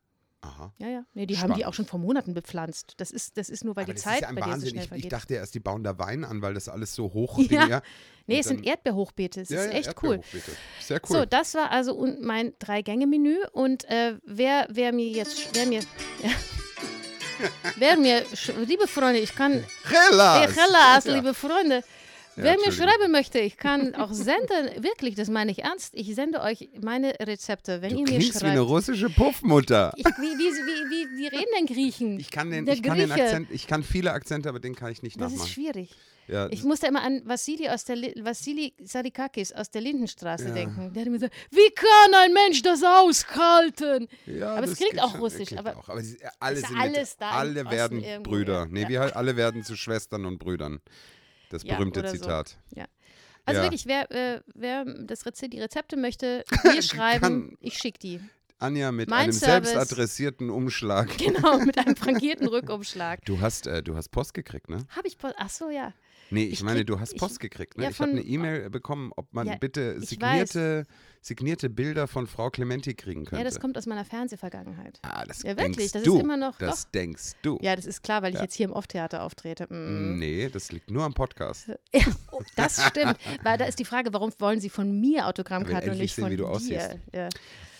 Speaker 2: Aha.
Speaker 1: Ja, ja. Nee, die haben die auch schon vor Monaten bepflanzt. Das ist, das ist nur, weil
Speaker 2: Aber
Speaker 1: die
Speaker 2: das
Speaker 1: Zeit
Speaker 2: ist ja ein
Speaker 1: bei dir so
Speaker 2: Wahnsinn.
Speaker 1: schnell
Speaker 2: ich,
Speaker 1: vergeht.
Speaker 2: ich dachte erst, die bauen da Wein an, weil das alles so hoch
Speaker 1: Ja.
Speaker 2: Ding, ja.
Speaker 1: nee,
Speaker 2: und
Speaker 1: es sind
Speaker 2: dann-
Speaker 1: Erdbeerhochbeete. Das
Speaker 2: Ja,
Speaker 1: ist
Speaker 2: ja,
Speaker 1: echt cool.
Speaker 2: Erdbeerhochbeete. Sehr cool.
Speaker 1: So, das war also un- mein Drei-Gänge-Menü. Und äh, wer, wer mir jetzt, sch- wer mir, ja. wer mir, sch- liebe Freunde, ich kann,
Speaker 2: Hellas!
Speaker 1: Hey, Hellas,
Speaker 2: Ah, Ja.
Speaker 1: liebe Freunde.
Speaker 2: Ja,
Speaker 1: Wer mir
Speaker 2: Entschuldigung.
Speaker 1: schreiben möchte, ich kann auch senden, wirklich, das meine ich ernst, ich sende euch meine Rezepte, wenn
Speaker 2: Du
Speaker 1: ihr mir
Speaker 2: klingst wie eine
Speaker 1: schreibt.
Speaker 2: russische Puffmutter.
Speaker 1: Ich, wie, wie, wie, wie, wie reden denn Griechen?
Speaker 2: Ich kann, den,
Speaker 1: Der
Speaker 2: ich kann den
Speaker 1: Grieche.
Speaker 2: Akzent, ich kann viele Akzente, aber den kann ich nicht
Speaker 1: Das ist
Speaker 2: nachmachen.
Speaker 1: schwierig.
Speaker 2: Ja,
Speaker 1: Ich musste immer an Vassili, aus der Li- Vassili Sarikakis aus der Lindenstraße
Speaker 2: Ja.
Speaker 1: denken. Der hat immer gesagt, wie kann ein Mensch das aushalten?
Speaker 2: Ja,
Speaker 1: Aber es
Speaker 2: das
Speaker 1: klingt
Speaker 2: geht
Speaker 1: auch
Speaker 2: schon,
Speaker 1: russisch,
Speaker 2: klingt
Speaker 1: aber
Speaker 2: auch. aber sie, alle,
Speaker 1: ist
Speaker 2: sind mit,
Speaker 1: alles da im
Speaker 2: alle
Speaker 1: Osten
Speaker 2: werden
Speaker 1: irgendwo,
Speaker 2: Brüder.
Speaker 1: ja.
Speaker 2: Nee,
Speaker 1: Ja.
Speaker 2: wir halt alle werden zu Schwestern und Brüdern. Das
Speaker 1: Ja,
Speaker 2: berühmte
Speaker 1: oder so.
Speaker 2: Zitat.
Speaker 1: Also
Speaker 2: Ja.
Speaker 1: wirklich, wer, äh, wer das Reze die Rezepte möchte, mir schreiben, ich schicke die.
Speaker 2: Anja mit
Speaker 1: Mein
Speaker 2: einem
Speaker 1: Service.
Speaker 2: selbst adressierten Umschlag.
Speaker 1: Genau, mit einem frankierten Rückumschlag.
Speaker 2: Du hast, äh, du hast Post gekriegt, ne?
Speaker 1: Habe ich Post? Ach so, ja.
Speaker 2: Nee, ich,
Speaker 1: Ich
Speaker 2: meine,
Speaker 1: krieg-
Speaker 2: du hast
Speaker 1: ich-
Speaker 2: Post gekriegt, ne?
Speaker 1: ja,
Speaker 2: ich habe eine
Speaker 1: von-
Speaker 2: E-Mail bekommen, ob man
Speaker 1: Ja,
Speaker 2: bitte
Speaker 1: ich
Speaker 2: signierte, signierte Bilder von Frau Clementi kriegen könnte.
Speaker 1: Ja, das kommt aus meiner Fernsehvergangenheit.
Speaker 2: ah, das
Speaker 1: Ja,
Speaker 2: denkst
Speaker 1: wirklich, das ist
Speaker 2: du.
Speaker 1: immer noch-
Speaker 2: Das denkst du.
Speaker 1: Ja, das ist klar, weil ich
Speaker 2: Ja. Mhm.
Speaker 1: jetzt hier im Off-Theater auftrete. Mm.
Speaker 2: Nee, das liegt nur am Podcast.
Speaker 1: Ja, oh, das stimmt. Weil da ist die Frage, warum wollen Sie von mir
Speaker 2: Ich will
Speaker 1: Autogrammkarten und
Speaker 2: endlich
Speaker 1: nicht
Speaker 2: sehen,
Speaker 1: von
Speaker 2: wie du
Speaker 1: dir?
Speaker 2: aussiehst.
Speaker 1: Ja.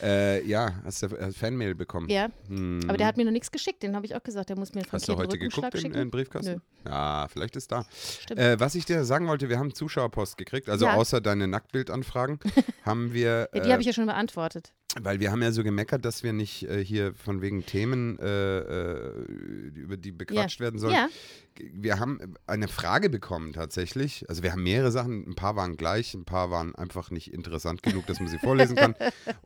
Speaker 2: Äh, ja, hast du äh, Fanmail bekommen?
Speaker 1: Ja,
Speaker 2: Hm.
Speaker 1: aber der hat mir noch nichts geschickt. Den habe ich auch gesagt, der muss mir einen
Speaker 2: Hast du
Speaker 1: frankierten
Speaker 2: heute
Speaker 1: Rückenschlag
Speaker 2: geguckt in
Speaker 1: schicken.
Speaker 2: den Briefkasten? Ja, vielleicht ist da.
Speaker 1: Stimmt.
Speaker 2: Äh, was ich dir sagen wollte, wir haben Zuschauerpost gekriegt, also
Speaker 1: Ja.
Speaker 2: außer deine Nacktbildanfragen haben wir,
Speaker 1: ja,
Speaker 2: äh,
Speaker 1: die habe ich ja schon beantwortet.
Speaker 2: weil wir haben ja so gemeckert, dass wir nicht äh, hier von wegen Themen, äh, äh, über die bequatscht werden sollen.
Speaker 1: Ja,
Speaker 2: Wir haben eine Frage bekommen tatsächlich, also wir haben mehrere Sachen, ein paar waren gleich, ein paar waren einfach nicht interessant genug, dass man sie vorlesen kann.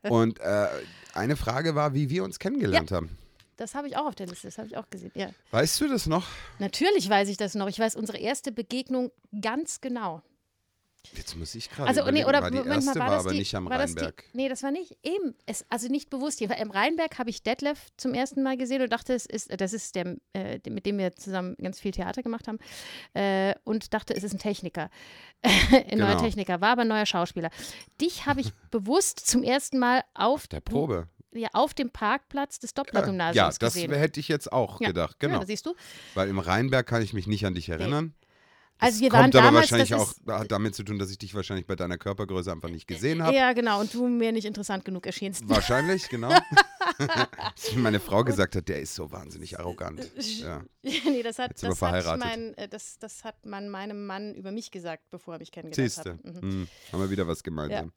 Speaker 2: Und äh, eine Frage war, wie wir uns kennengelernt haben.
Speaker 1: das habe ich auch auf der Liste, das habe ich auch gesehen. Ja.
Speaker 2: Weißt du das noch?
Speaker 1: Natürlich weiß ich das noch. Ich weiß unsere erste Begegnung ganz genau.
Speaker 2: Jetzt muss ich gerade
Speaker 1: Also, nee,
Speaker 2: überlegen,
Speaker 1: oder
Speaker 2: war die
Speaker 1: Moment mal,
Speaker 2: erste war,
Speaker 1: war das
Speaker 2: aber
Speaker 1: die,
Speaker 2: nicht am
Speaker 1: war das die-
Speaker 2: Rheinberg.
Speaker 1: Nee, das war nicht eben. Es, also nicht bewusst hier. Weil Im Rheinberg habe ich Detlef zum ersten Mal gesehen und dachte, es ist, das ist der, äh, mit dem wir zusammen ganz viel Theater gemacht haben. Äh, und dachte, es ist ein Techniker. ein neuer
Speaker 2: Genau.
Speaker 1: Techniker, war aber ein neuer Schauspieler. Dich habe ich bewusst zum ersten Mal auf,
Speaker 2: Der Probe.
Speaker 1: ja, auf dem Parkplatz des Doppler-Gymnasiums
Speaker 2: Ja, das
Speaker 1: gesehen.
Speaker 2: hätte ich jetzt auch
Speaker 1: Ja.
Speaker 2: gedacht,
Speaker 1: Ja,
Speaker 2: genau.
Speaker 1: da siehst du.
Speaker 2: Weil im Rheinberg kann ich mich nicht an dich erinnern.
Speaker 1: Also wir
Speaker 2: Kommt
Speaker 1: waren
Speaker 2: aber
Speaker 1: damals,
Speaker 2: wahrscheinlich
Speaker 1: das
Speaker 2: auch
Speaker 1: ist,
Speaker 2: hat damit zu tun, dass ich dich wahrscheinlich bei deiner Körpergröße einfach nicht gesehen habe.
Speaker 1: Ja, genau. Und du mir nicht interessant genug erschien.
Speaker 2: Wahrscheinlich, genau. Wie meine Frau gesagt hat, der ist so wahnsinnig arrogant.
Speaker 1: Äh,
Speaker 2: Ja.
Speaker 1: nee, das hat,
Speaker 2: Jetzt sind wir
Speaker 1: das, hat
Speaker 2: verheiratet.
Speaker 1: mein, äh, das, das hat man meinem Mann über mich gesagt, bevor er mich kennengelernt
Speaker 2: Siehste.
Speaker 1: hat. Mhm.
Speaker 2: Hm, haben wir wieder was gemeinsam.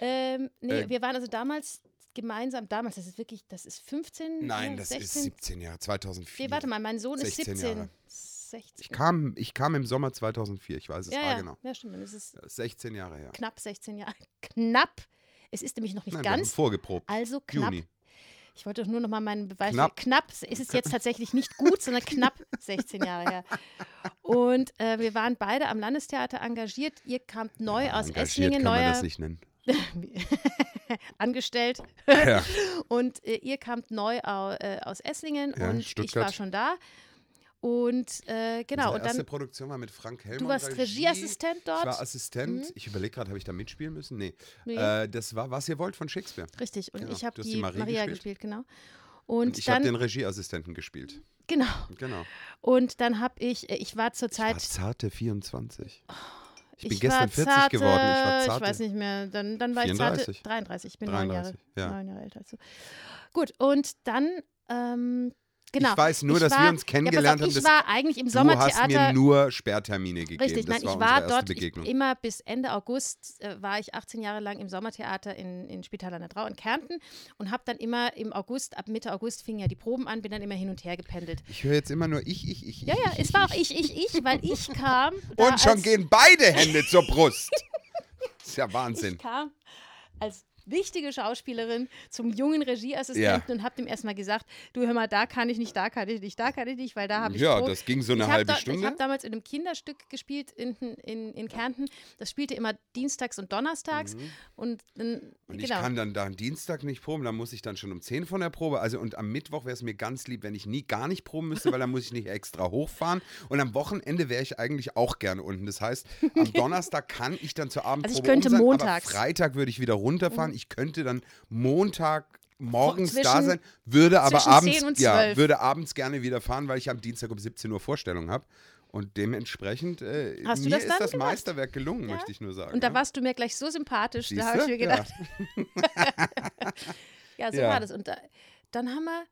Speaker 1: Ähm, nee,
Speaker 2: Äh,
Speaker 1: wir waren also damals gemeinsam, damals, das ist wirklich, das ist 15,
Speaker 2: Nein, das
Speaker 1: 16,
Speaker 2: ist 17 Jahre, 2004.
Speaker 1: Nee, warte mal, mein Sohn ist
Speaker 2: 16
Speaker 1: 17.
Speaker 2: Jahre.
Speaker 1: 16.
Speaker 2: Ich kam, ich kam im Sommer 2004, ich weiß es,
Speaker 1: ja,
Speaker 2: ah,
Speaker 1: ja,
Speaker 2: genau.
Speaker 1: ja, stimmt, dann ist es
Speaker 2: Das ist 16 Jahre her.
Speaker 1: knapp 16 Jahre. Knapp, es ist nämlich noch nicht
Speaker 2: Nein, wir haben
Speaker 1: ganz,
Speaker 2: vorgeprobt.
Speaker 1: also knapp.
Speaker 2: Juni.
Speaker 1: Ich wollte doch nur noch mal meinen Beweis.
Speaker 2: Knapp.
Speaker 1: Knapp. knapp ist es jetzt tatsächlich nicht gut, sondern knapp 16 Jahre her. Und äh, wir waren beide am Landestheater engagiert. Ihr kamt neu aus
Speaker 2: Engagiert
Speaker 1: Esslingen,
Speaker 2: kann man
Speaker 1: neuer
Speaker 2: das nicht nennen.
Speaker 1: angestellt.
Speaker 2: Ja.
Speaker 1: Und äh, ihr kamt neu au, äh, aus Esslingen
Speaker 2: Ja,
Speaker 1: und ich
Speaker 2: Stuttgart.
Speaker 1: war schon da. Und äh, genau,
Speaker 2: Unsere
Speaker 1: und
Speaker 2: erste
Speaker 1: dann
Speaker 2: Produktion war mit Frank Hellmann.
Speaker 1: du warst
Speaker 2: Regie.
Speaker 1: Regieassistent
Speaker 2: Ich war
Speaker 1: dort.
Speaker 2: Assistent.
Speaker 1: Mhm.
Speaker 2: Ich überlege gerade, habe ich da mitspielen müssen? Nee.
Speaker 1: Nee.
Speaker 2: Äh, das war Was ihr wollt von Shakespeare.
Speaker 1: Richtig, und
Speaker 2: genau.
Speaker 1: ich habe
Speaker 2: Du hast
Speaker 1: die,
Speaker 2: die Marie
Speaker 1: Maria,
Speaker 2: gespielt.
Speaker 1: gespielt, genau.
Speaker 2: Und,
Speaker 1: Und,
Speaker 2: ich habe den
Speaker 1: dann,
Speaker 2: Regieassistenten gespielt.
Speaker 1: genau,
Speaker 2: Genau.
Speaker 1: und dann habe ich, äh, ich war zur
Speaker 2: Ich war
Speaker 1: Zeit
Speaker 2: zarte 24. Ich bin
Speaker 1: Ich
Speaker 2: gestern
Speaker 1: war
Speaker 2: 40
Speaker 1: zarte,
Speaker 2: geworden. Ich war
Speaker 1: ich
Speaker 2: zarte.
Speaker 1: weiß nicht mehr. Dann, dann war
Speaker 2: 34.
Speaker 1: ich zarte 33. Ich bin neun
Speaker 2: 33,
Speaker 1: Jahre,
Speaker 2: ja.
Speaker 1: neun Jahre älter als du. Gut, und dann, ähm, genau.
Speaker 2: Ich weiß nur,
Speaker 1: Ich
Speaker 2: dass
Speaker 1: war-
Speaker 2: wir uns kennengelernt
Speaker 1: ja, pass auf,
Speaker 2: haben.
Speaker 1: Ich war eigentlich im
Speaker 2: das, du hast mir
Speaker 1: Sommertheater.
Speaker 2: nur Sperrtermine gegeben.
Speaker 1: Richtig,
Speaker 2: das
Speaker 1: nein, ich
Speaker 2: war
Speaker 1: war
Speaker 2: unsere
Speaker 1: dort
Speaker 2: erste
Speaker 1: ich,
Speaker 2: Begegnung.
Speaker 1: immer bis Ende August äh, war ich 18 Jahre lang im Sommertheater in, in Spital an der Drau in Kärnten und habe dann immer im August, ab Mitte August fingen ja die Proben an, bin dann immer hin und her gependelt.
Speaker 2: Ich höre jetzt immer nur ich, ich, ich.
Speaker 1: Ja,
Speaker 2: ich,
Speaker 1: ja,
Speaker 2: ich,
Speaker 1: es war auch ich, ich, ich, weil ich kam. da
Speaker 2: Und schon
Speaker 1: als-
Speaker 2: gehen beide Hände zur Brust. ist ja Wahnsinn.
Speaker 1: Ich kam als wichtige Schauspielerin zum jungen Regieassistenten
Speaker 2: Ja.
Speaker 1: und habe dem erstmal gesagt, du hör mal, da kann ich nicht, da kann ich nicht, da kann ich nicht, weil da habe ich
Speaker 2: Ja,
Speaker 1: Pro-
Speaker 2: das ging so eine
Speaker 1: ich hab
Speaker 2: halbe
Speaker 1: da, Ich
Speaker 2: Stunde.
Speaker 1: habe damals in einem Kinderstück gespielt in, in, in Kärnten. Das spielte immer dienstags und donnerstags. Und, dann-
Speaker 2: Mhm. Und ich
Speaker 1: genau.
Speaker 2: kann dann da am Dienstag nicht proben, dann muss ich dann schon um 10 von der Probe. Also und am Mittwoch wäre es mir ganz lieb, wenn ich nie gar nicht proben müsste, weil dann muss ich nicht extra hochfahren. Und am Wochenende wäre ich eigentlich auch gerne unten. Das heißt, am Donnerstag kann ich dann zur Abendprobe
Speaker 1: Also ich könnte
Speaker 2: um sein,
Speaker 1: montags. Oh.
Speaker 2: aber Freitag würde ich wieder runterfahren. Ich könnte dann Montag morgens
Speaker 1: Zwischen-
Speaker 2: da sein, würde aber
Speaker 1: zwischen
Speaker 2: abends
Speaker 1: 10 und
Speaker 2: ja,
Speaker 1: 12.
Speaker 2: würde abends gerne wieder fahren, weil ich am Dienstag um 17 Uhr Vorstellung habe. Und dementsprechend äh,
Speaker 1: Hast du
Speaker 2: mir
Speaker 1: das
Speaker 2: ist
Speaker 1: dann
Speaker 2: das
Speaker 1: gemacht?
Speaker 2: Meisterwerk gelungen, möchte ich nur sagen.
Speaker 1: und da
Speaker 2: ja.
Speaker 1: warst du mir gleich so sympathisch, da habe
Speaker 2: Siehste?
Speaker 1: ich mir gedacht,
Speaker 2: Ja.
Speaker 1: ja, so
Speaker 2: Ja.
Speaker 1: war das. Und da, dann haben wir,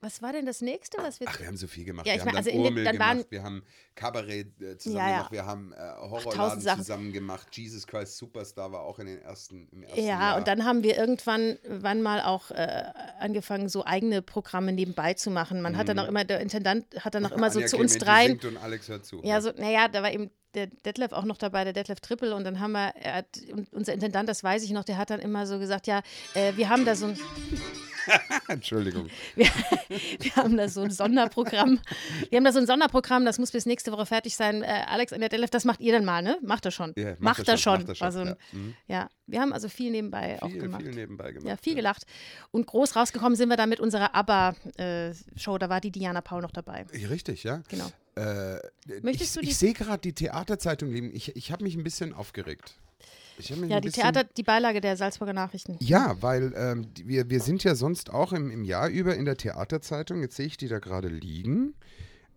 Speaker 1: was war denn das nächste, was wir.
Speaker 2: Ach, wir haben so viel gemacht.
Speaker 1: Ja,
Speaker 2: wir
Speaker 1: ich
Speaker 2: haben
Speaker 1: meine,
Speaker 2: dann
Speaker 1: also in den-
Speaker 2: Urmel
Speaker 1: dann waren-
Speaker 2: gemacht, wir haben Kabarett äh, zusammen
Speaker 1: Ja, ja.
Speaker 2: gemacht, wir haben äh, Horrorladen
Speaker 1: tausend Sachen.
Speaker 2: zusammen gemacht, Jesus Christ Superstar war auch in den ersten, im ersten
Speaker 1: Ja,
Speaker 2: Jahr.
Speaker 1: und dann haben wir irgendwann wann mal auch äh, angefangen, so eigene Programme nebenbei zu machen. Man hat dann auch immer, der Intendant hat dann auch immer so
Speaker 2: Mhm. Anja
Speaker 1: zu uns
Speaker 2: Clementi
Speaker 1: dreien.
Speaker 2: singt Und Alex hört zu.
Speaker 1: Ja, so, naja, da war eben der Detlef auch noch dabei, der Detlef Trippel. Und dann haben wir, er hat, und unser Intendant, das weiß ich noch, der hat dann immer so gesagt, ja, äh, wir haben da so ein,
Speaker 2: Entschuldigung.
Speaker 1: wir, wir haben da so ein Sonderprogramm. Wir haben da so ein Sonderprogramm, das muss bis nächste Woche fertig sein. Äh, Alex und der Detlef, das macht ihr dann mal, ne? Macht er schon.
Speaker 2: Ja,
Speaker 1: macht
Speaker 2: er
Speaker 1: er schon.
Speaker 2: macht er schon,
Speaker 1: War so ein,
Speaker 2: ja. Mhm.
Speaker 1: ja. wir haben also viel nebenbei auch
Speaker 2: Viel,
Speaker 1: gemacht.
Speaker 2: viel nebenbei gemacht.
Speaker 1: Ja, viel gelacht. Und groß rausgekommen sind wir dann mit unserer ABBA-Show. da war die Diana Paul noch dabei.
Speaker 2: Ja, Richtig, ja.
Speaker 1: Genau.
Speaker 2: Äh,
Speaker 1: Möchtest
Speaker 2: ich
Speaker 1: du die-
Speaker 2: ich sehe gerade die Theaterzeitung liegen. Ich, ich habe mich ein bisschen aufgeregt. Ich hab mich
Speaker 1: Ja,
Speaker 2: ein
Speaker 1: die
Speaker 2: bisschen,
Speaker 1: Theater, die Beilage der Salzburger Nachrichten.
Speaker 2: Ja, weil ähm, die- wir, wir sind ja sonst auch im, im Jahr über in der Theaterzeitung. Jetzt sehe ich die da gerade liegen.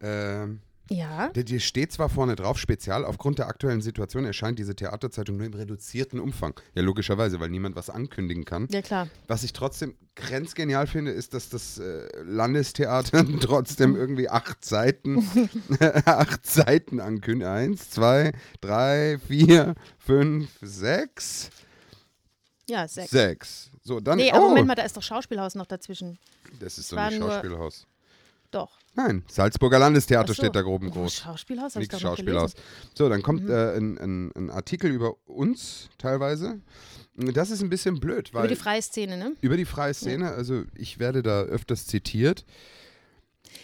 Speaker 2: Ähm,
Speaker 1: Ja.
Speaker 2: Der, der steht zwar vorne drauf, spezial, aufgrund der aktuellen Situation erscheint diese Theaterzeitung nur im reduzierten Umfang. Ja, logischerweise, weil niemand was ankündigen kann.
Speaker 1: Ja, klar.
Speaker 2: Was ich trotzdem grenzgenial finde, ist, dass das äh, Landestheater trotzdem irgendwie acht Seiten, acht Seiten ankündigt. Eins, zwei, drei, vier, fünf, sechs.
Speaker 1: Ja, sechs.
Speaker 2: Sechs. So, dann.
Speaker 1: Nee, aber
Speaker 2: oh,
Speaker 1: Moment mal, da ist doch Schauspielhaus noch dazwischen.
Speaker 2: das ist so
Speaker 1: war
Speaker 2: ein
Speaker 1: nur-
Speaker 2: Schauspielhaus.
Speaker 1: Doch.
Speaker 2: Nein, Salzburger Landestheater
Speaker 1: Ach so.
Speaker 2: Ah, steht da groben
Speaker 1: Oh,
Speaker 2: groß.
Speaker 1: Schauspielhaus habe ich
Speaker 2: Nix
Speaker 1: doch noch
Speaker 2: Schauspielhaus.
Speaker 1: gelesen. Mhm.
Speaker 2: So, dann kommt äh, ein, ein, ein Artikel über uns teilweise. Das ist ein bisschen blöd, weil
Speaker 1: Über die freie Szene, ne?
Speaker 2: über die freie Szene, also ich werde da öfters zitiert.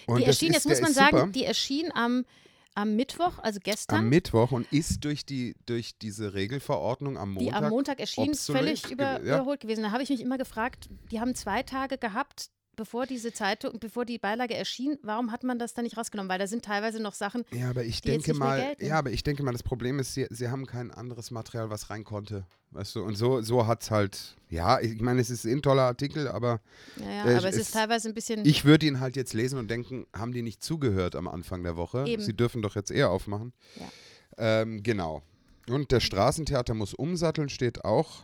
Speaker 2: Und
Speaker 1: die
Speaker 2: das
Speaker 1: erschien,
Speaker 2: ist,
Speaker 1: jetzt
Speaker 2: der
Speaker 1: muss man
Speaker 2: ist
Speaker 1: sagen,
Speaker 2: super.
Speaker 1: die erschien am, am Mittwoch, also
Speaker 2: am
Speaker 1: gestern.
Speaker 2: Mittwoch und ist durch, die, durch diese Regelverordnung am
Speaker 1: die
Speaker 2: Montag.
Speaker 1: am Montag erschien,
Speaker 2: obsolet
Speaker 1: völlig
Speaker 2: gew-
Speaker 1: über,
Speaker 2: ja.
Speaker 1: überholt gewesen. Da habe ich mich immer gefragt, die haben zwei Tage gehabt, bevor diese Zeitung, bevor die Beilage erschien, warum hat man das dann nicht rausgenommen? Weil da sind teilweise noch Sachen,
Speaker 2: Ja, aber ich
Speaker 1: die jetzt
Speaker 2: denke
Speaker 1: nicht mehr
Speaker 2: mal,
Speaker 1: gelten.
Speaker 2: ja, aber ich denke mal, das Problem ist, sie, sie haben kein anderes Material, was rein konnte. Weißt du, und so, so hat es halt, ja, ich meine, es ist ein toller Artikel, aber
Speaker 1: naja,
Speaker 2: Äh,
Speaker 1: aber es
Speaker 2: es-
Speaker 1: ist teilweise ein bisschen.
Speaker 2: ich würde ihn halt jetzt lesen und denken, haben die nicht zugehört am Anfang der Woche?
Speaker 1: Eben.
Speaker 2: Sie dürfen doch jetzt eher aufmachen. Ähm, genau. Und das Straßentheater muss umsatteln, steht auch.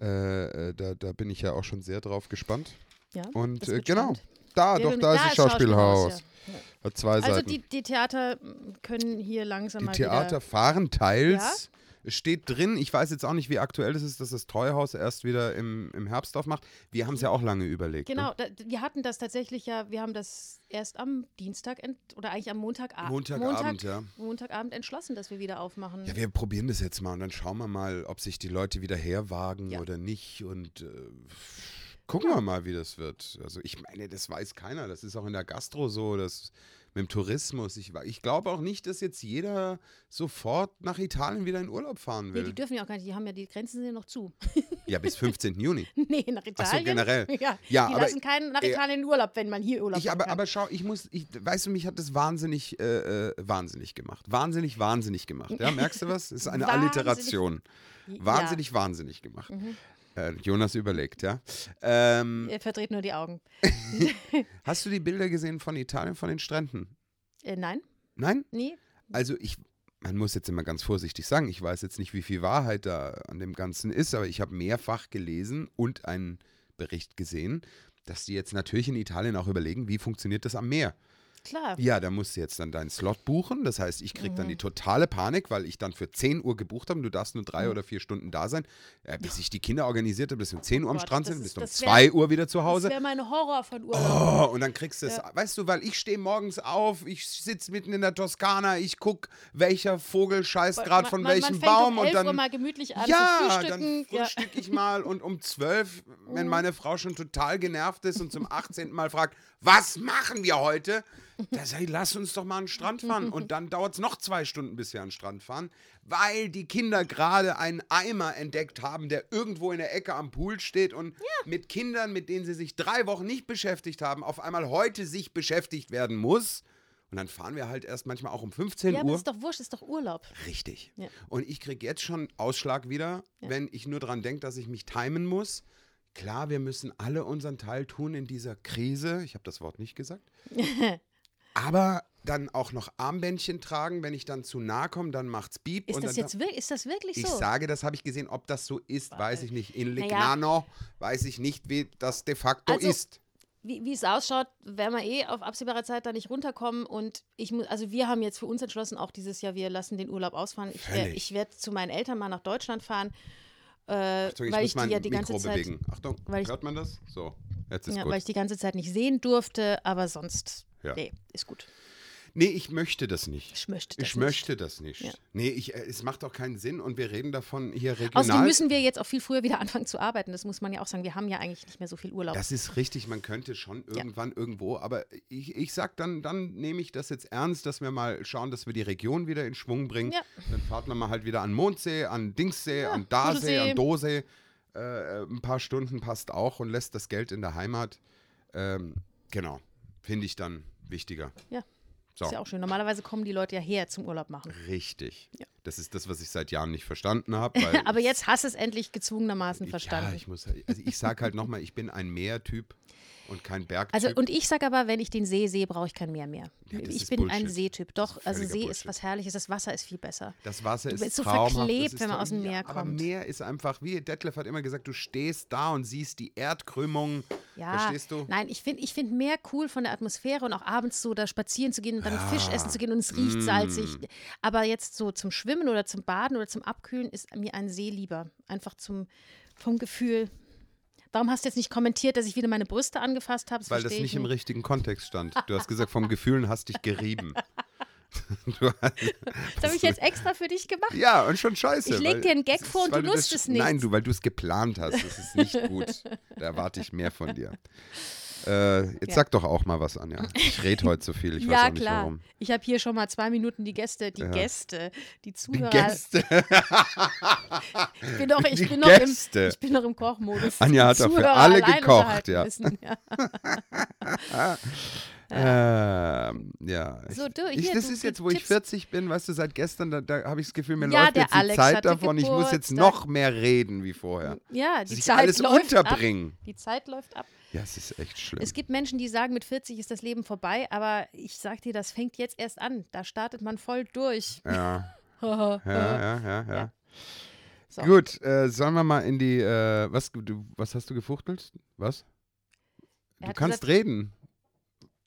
Speaker 2: Äh, äh, da, da bin ich ja auch schon sehr drauf gespannt.
Speaker 1: ja,
Speaker 2: Und
Speaker 1: das
Speaker 2: äh,
Speaker 1: wird
Speaker 2: genau,
Speaker 1: spannend.
Speaker 2: da,
Speaker 1: Ja,
Speaker 2: doch,
Speaker 1: wir-
Speaker 2: da, ist das Schauspielhaus.
Speaker 1: ja. Ja.
Speaker 2: Hat zwei
Speaker 1: Also
Speaker 2: Seiten.
Speaker 1: die, die Theater mh, können hier langsam
Speaker 2: Die
Speaker 1: mal
Speaker 2: Theater
Speaker 1: wieder.
Speaker 2: fahren teils. Es steht drin, ich weiß jetzt auch nicht, wie aktuell es ist, dass das Treuhaus erst wieder im, im Herbst aufmacht. Wir haben es ja auch lange überlegt.
Speaker 1: Mhm.
Speaker 2: ne?
Speaker 1: Genau, da, wir hatten das tatsächlich ja, wir haben das erst am Dienstag ent, oder eigentlich am Montagabend.
Speaker 2: Montagabend, ja.
Speaker 1: Montagabend entschlossen, dass wir wieder aufmachen.
Speaker 2: Ja, wir probieren das jetzt mal und dann schauen wir mal, ob sich die Leute wieder herwagen
Speaker 1: Ja.
Speaker 2: oder nicht und äh, gucken wir mal, wie das wird. Also ich meine, das weiß keiner. Das ist auch in der Gastro so, das mit dem Tourismus. Ich, wa- ich glaube auch nicht, dass jetzt jeder sofort nach Italien wieder in Urlaub fahren
Speaker 1: nee,
Speaker 2: will.
Speaker 1: die dürfen ja auch gar nicht, die haben ja die Grenzen sind ja noch zu.
Speaker 2: ja, bis 15. Juni.
Speaker 1: Nee, nach Italien.
Speaker 2: generell.
Speaker 1: Ja,
Speaker 2: Ja,
Speaker 1: die
Speaker 2: aber-
Speaker 1: lassen keinen nach
Speaker 2: äh,
Speaker 1: Italien in Urlaub, wenn man hier Urlaub
Speaker 2: Ich
Speaker 1: machen
Speaker 2: aber,
Speaker 1: kann.
Speaker 2: aber schau, ich muss, ich, weißt du, mich hat das wahnsinnig, äh, äh, wahnsinnig gemacht. Wahnsinnig, wahnsinnig gemacht. Ja, merkst du was? Das ist eine
Speaker 1: Wahnsinnig.
Speaker 2: Alliteration.
Speaker 1: Ja.
Speaker 2: Wahnsinnig, wahnsinnig gemacht. Äh, Jonas überlegt, ja. Ähm,
Speaker 1: Er verdreht nur die Augen.
Speaker 2: Hast du die Bilder gesehen von Italien, von den Stränden?
Speaker 1: Äh, nein,
Speaker 2: Nein?
Speaker 1: nee.
Speaker 2: Also ich, man muss jetzt immer ganz vorsichtig sagen, ich weiß jetzt nicht, wie viel Wahrheit da an dem Ganzen ist, aber ich habe mehrfach gelesen und einen Bericht gesehen, dass die jetzt natürlich in Italien auch überlegen, wie funktioniert das am Meer.
Speaker 1: Klar.
Speaker 2: Ja, da musst du jetzt dann deinen Slot buchen. Das heißt, ich krieg dann
Speaker 1: Mhm.
Speaker 2: die totale Panik, weil ich dann für 10 Uhr gebucht habe. und Du darfst nur
Speaker 1: Mhm.
Speaker 2: drei oder vier Stunden da sein. Äh, bis ich die Kinder organisiert habe, bis um 10 Uhr am
Speaker 1: Gott,
Speaker 2: Strand
Speaker 1: das
Speaker 2: sind,
Speaker 1: ist-
Speaker 2: bis um
Speaker 1: das wär-
Speaker 2: 2 Uhr wieder zu
Speaker 1: Das
Speaker 2: Hause.
Speaker 1: wäre mein Horror von Urlaub.
Speaker 2: Oh, und dann kriegst du es, weißt du, weil ich stehe morgens auf, ich sitze mitten in der Toskana, ich guck, welcher Vogel scheißt gerade von
Speaker 1: man,
Speaker 2: welchem
Speaker 1: man fängt
Speaker 2: Baum
Speaker 1: um 11
Speaker 2: und dann
Speaker 1: Uhr mal gemütlich an zu
Speaker 2: ja, dann
Speaker 1: frühstücken. Ja. Mhm.
Speaker 2: frühstück ich mal und um 12, wenn meine Frau schon total genervt ist und zum 18. Mal fragt, was machen wir heute? Da sag ich, lass uns doch mal an den Strand fahren. Und dann dauert es noch zwei Stunden, bis wir an den Strand fahren, weil die Kinder gerade einen Eimer entdeckt haben, der irgendwo in der Ecke am Pool steht und mit Kindern, mit denen sie sich drei Wochen nicht beschäftigt haben, auf einmal heute sich beschäftigt werden muss. Und dann fahren wir halt erst manchmal auch um 15
Speaker 1: ja, aber
Speaker 2: Uhr.
Speaker 1: ist doch wurscht, ist doch Urlaub.
Speaker 2: Richtig.
Speaker 1: Ja.
Speaker 2: Und ich kriege jetzt schon Ausschlag wieder, wenn ich nur dran denke, dass ich mich timen muss. Klar, wir müssen alle unseren Teil tun in dieser Krise. Ich habe das Wort nicht gesagt. Aber dann auch noch Armbändchen tragen, wenn ich dann zu nah komme, dann macht's Beep.
Speaker 1: Ist
Speaker 2: und
Speaker 1: das
Speaker 2: dann
Speaker 1: jetzt wirklich, ist das wirklich
Speaker 2: ich
Speaker 1: so?
Speaker 2: sage, das habe ich gesehen. Ob das so ist, weiß ich nicht. In
Speaker 1: Naja.
Speaker 2: Lignano weiß ich nicht, wie das de facto
Speaker 1: Also,
Speaker 2: ist.
Speaker 1: wie, wie es ausschaut, werden wir eh auf absehbare Zeit da nicht runterkommen. Und ich muss, also wir haben jetzt für uns entschlossen, auch dieses Jahr, wir lassen den Urlaub ausfahren. Ich, wer-
Speaker 2: Völlig.
Speaker 1: ich werde zu meinen Eltern mal nach Deutschland fahren.
Speaker 2: Sorry,
Speaker 1: Äh,
Speaker 2: ich
Speaker 1: weil
Speaker 2: muss
Speaker 1: ich die
Speaker 2: mein
Speaker 1: ja die ganze
Speaker 2: Mikro
Speaker 1: Zeit.
Speaker 2: bewegen. Achtung,
Speaker 1: weil ich-
Speaker 2: hört man das? So, jetzt ist
Speaker 1: Ja,
Speaker 2: gut.
Speaker 1: weil ich die ganze Zeit nicht sehen durfte, aber sonst.
Speaker 2: Ja.
Speaker 1: Nee, ist gut.
Speaker 2: Nee, ich möchte das nicht.
Speaker 1: Ich möchte das
Speaker 2: Ich
Speaker 1: nicht.
Speaker 2: möchte das nicht.
Speaker 1: Ja.
Speaker 2: Nee, ich, äh, es macht auch keinen Sinn und wir reden davon hier regional.
Speaker 1: Außerdem müssen wir jetzt auch viel früher wieder anfangen zu arbeiten. Das muss man ja auch sagen. Wir haben ja eigentlich nicht mehr so viel Urlaub.
Speaker 2: das ist richtig, man könnte schon irgendwann irgendwo, aber ich, ich sag dann, dann nehme ich das jetzt ernst, dass wir mal schauen, dass wir die Region wieder in Schwung bringen.
Speaker 1: Ja.
Speaker 2: Dann fahren wir mal halt wieder an Mondsee, an Dingssee, an
Speaker 1: Bodensee.
Speaker 2: Darsee, an Dosee. Äh, ein paar Stunden passt auch und lässt das Geld in der Heimat. Ähm, genau, finde ich dann wichtiger.
Speaker 1: ja.
Speaker 2: So.
Speaker 1: Ist ja auch schön. Normalerweise kommen die Leute ja her zum Urlaub machen.
Speaker 2: Richtig.
Speaker 1: Ja.
Speaker 2: Das ist das, was ich seit Jahren nicht verstanden habe. weil
Speaker 1: Aber
Speaker 2: ich-
Speaker 1: jetzt hast du es endlich gezwungenermaßen verstanden.
Speaker 2: Ja, ich muss, halt- also ich sag halt nochmal, ich bin ein Mehrtyp Und kein Berg.
Speaker 1: Also und ich sage aber, wenn ich den See sehe, brauche ich kein Meer mehr.
Speaker 2: Ja, das
Speaker 1: ich
Speaker 2: ist
Speaker 1: bin ein
Speaker 2: Bullshit.
Speaker 1: Seetyp.
Speaker 2: Das
Speaker 1: Doch,
Speaker 2: ist
Speaker 1: also See
Speaker 2: völliger
Speaker 1: ist
Speaker 2: Bullshit.
Speaker 1: was Herrliches. Das Wasser ist viel besser.
Speaker 2: Das Wasser
Speaker 1: Du
Speaker 2: ist
Speaker 1: bist so
Speaker 2: traumhaft.
Speaker 1: verklebt,
Speaker 2: das ist
Speaker 1: wenn man
Speaker 2: toll.
Speaker 1: aus dem Meer
Speaker 2: ja, Aber
Speaker 1: kommt.
Speaker 2: Meer ist einfach, wie Detlef hat immer gesagt, du stehst da und siehst die Erdkrümmung.
Speaker 1: Ja.
Speaker 2: Verstehst du?
Speaker 1: Nein, ich finde ich find Meer cool von der Atmosphäre und auch abends so da spazieren zu gehen und dann
Speaker 2: Ja.
Speaker 1: Fisch essen zu gehen und es riecht
Speaker 2: Mm.
Speaker 1: salzig. Aber jetzt so zum Schwimmen oder zum Baden oder zum Abkühlen ist mir ein See lieber. Einfach zum, vom Gefühl. Darum hast du jetzt nicht kommentiert, dass ich wieder meine Brüste angefasst habe.
Speaker 2: Weil das
Speaker 1: verstehe
Speaker 2: nicht
Speaker 1: ich
Speaker 2: im richtigen Kontext stand. Du hast gesagt, vom Gefühlen hast dich gerieben. Du hast,
Speaker 1: Das habe ich jetzt extra für dich gemacht.
Speaker 2: ja, und schon scheiße.
Speaker 1: Ich leg
Speaker 2: weil-
Speaker 1: dir einen Gag
Speaker 2: das ist,
Speaker 1: vor und
Speaker 2: weil
Speaker 1: du
Speaker 2: das-
Speaker 1: wusstest nicht.
Speaker 2: Nein, du, weil du es geplant hast. Das ist nicht gut. Da erwarte ich mehr von dir. Äh, jetzt
Speaker 1: Ja.
Speaker 2: sag doch auch mal was, Anja. Ich rede heute so viel, ich weiß
Speaker 1: ja,
Speaker 2: auch nicht
Speaker 1: klar.
Speaker 2: warum.
Speaker 1: Ich habe hier schon mal zwei Minuten die Gäste, die
Speaker 2: Ja.
Speaker 1: Gäste, die
Speaker 2: Die
Speaker 1: Zuhörer.
Speaker 2: Gäste.
Speaker 1: ich bin noch,
Speaker 2: die
Speaker 1: ich bin noch, im,
Speaker 2: Gäste.
Speaker 1: ich bin noch im Kochmodus.
Speaker 2: Anja hat
Speaker 1: Die
Speaker 2: doch für
Speaker 1: Zuhörer
Speaker 2: alle
Speaker 1: allein
Speaker 2: gekocht,
Speaker 1: unterhalten
Speaker 2: ja.
Speaker 1: Müssen, ja.
Speaker 2: Ähm, ja.
Speaker 1: So, du,
Speaker 2: ich,
Speaker 1: hier,
Speaker 2: das
Speaker 1: du-
Speaker 2: ist
Speaker 1: du
Speaker 2: jetzt, wo ich
Speaker 1: tippst-
Speaker 2: 40 bin, weißt du, seit gestern, da, da habe ich das Gefühl, mir
Speaker 1: Ja,
Speaker 2: läuft
Speaker 1: der
Speaker 2: jetzt die
Speaker 1: Alex
Speaker 2: Zeit
Speaker 1: hatte
Speaker 2: davon. Ich muss jetzt
Speaker 1: Geburtstag.
Speaker 2: noch mehr reden wie vorher.
Speaker 1: Ja, die
Speaker 2: Sich
Speaker 1: Zeit
Speaker 2: alles
Speaker 1: läuft
Speaker 2: unterbringen.
Speaker 1: ab. Die Zeit läuft ab.
Speaker 2: Ja, es ist echt schlimm.
Speaker 1: Es gibt Menschen, die sagen, mit 40 ist das Leben vorbei, aber ich sag dir, das fängt jetzt erst an. Da startet man voll durch.
Speaker 2: ja,
Speaker 1: ja,
Speaker 2: ja, ja, ja. ja.
Speaker 1: Ja. So.
Speaker 2: Gut, äh, sollen wir mal in die, äh, was, du, was hast du gefuchtelt? Was?
Speaker 1: Er
Speaker 2: Du
Speaker 1: hat
Speaker 2: kannst
Speaker 1: gesagt-
Speaker 2: reden.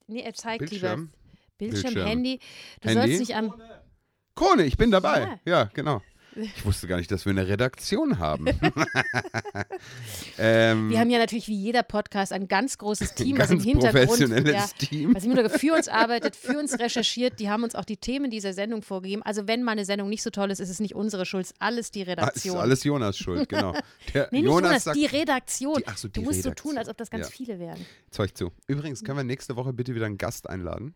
Speaker 1: Nee, er zeigt
Speaker 2: Bildschirm.
Speaker 1: lieber. Bildschirm,
Speaker 2: Bildschirm.
Speaker 1: Handy. Du
Speaker 2: Handy?
Speaker 1: sollst nicht am.
Speaker 2: Krone, ich bin dabei. Ja, genau. Ich wusste gar nicht, dass wir eine Redaktion haben. ähm,
Speaker 1: Wir haben ja natürlich wie jeder Podcast ein ganz großes Team,
Speaker 2: ganz
Speaker 1: was im Hintergrund.
Speaker 2: professionelles
Speaker 1: ja,
Speaker 2: Team.
Speaker 1: Was im Hintergrund für uns arbeitet, für uns recherchiert, die haben uns auch die Themen dieser Sendung vorgegeben. Also wenn mal eine Sendung nicht so toll ist, ist es nicht unsere Schuld, es ist alles die
Speaker 2: Ah, ist
Speaker 1: Redaktion.
Speaker 2: alles Jonas schuld, genau. Der
Speaker 1: nee, nicht
Speaker 2: Jonas,
Speaker 1: Jonas,
Speaker 2: sagt,
Speaker 1: die Redaktion.
Speaker 2: Die- ach so, die
Speaker 1: du musst so
Speaker 2: Redaktion.
Speaker 1: tun, als ob das ganz
Speaker 2: Ja.
Speaker 1: viele wären.
Speaker 2: Zeug zu. Übrigens, können wir nächste Woche bitte wieder einen Gast einladen?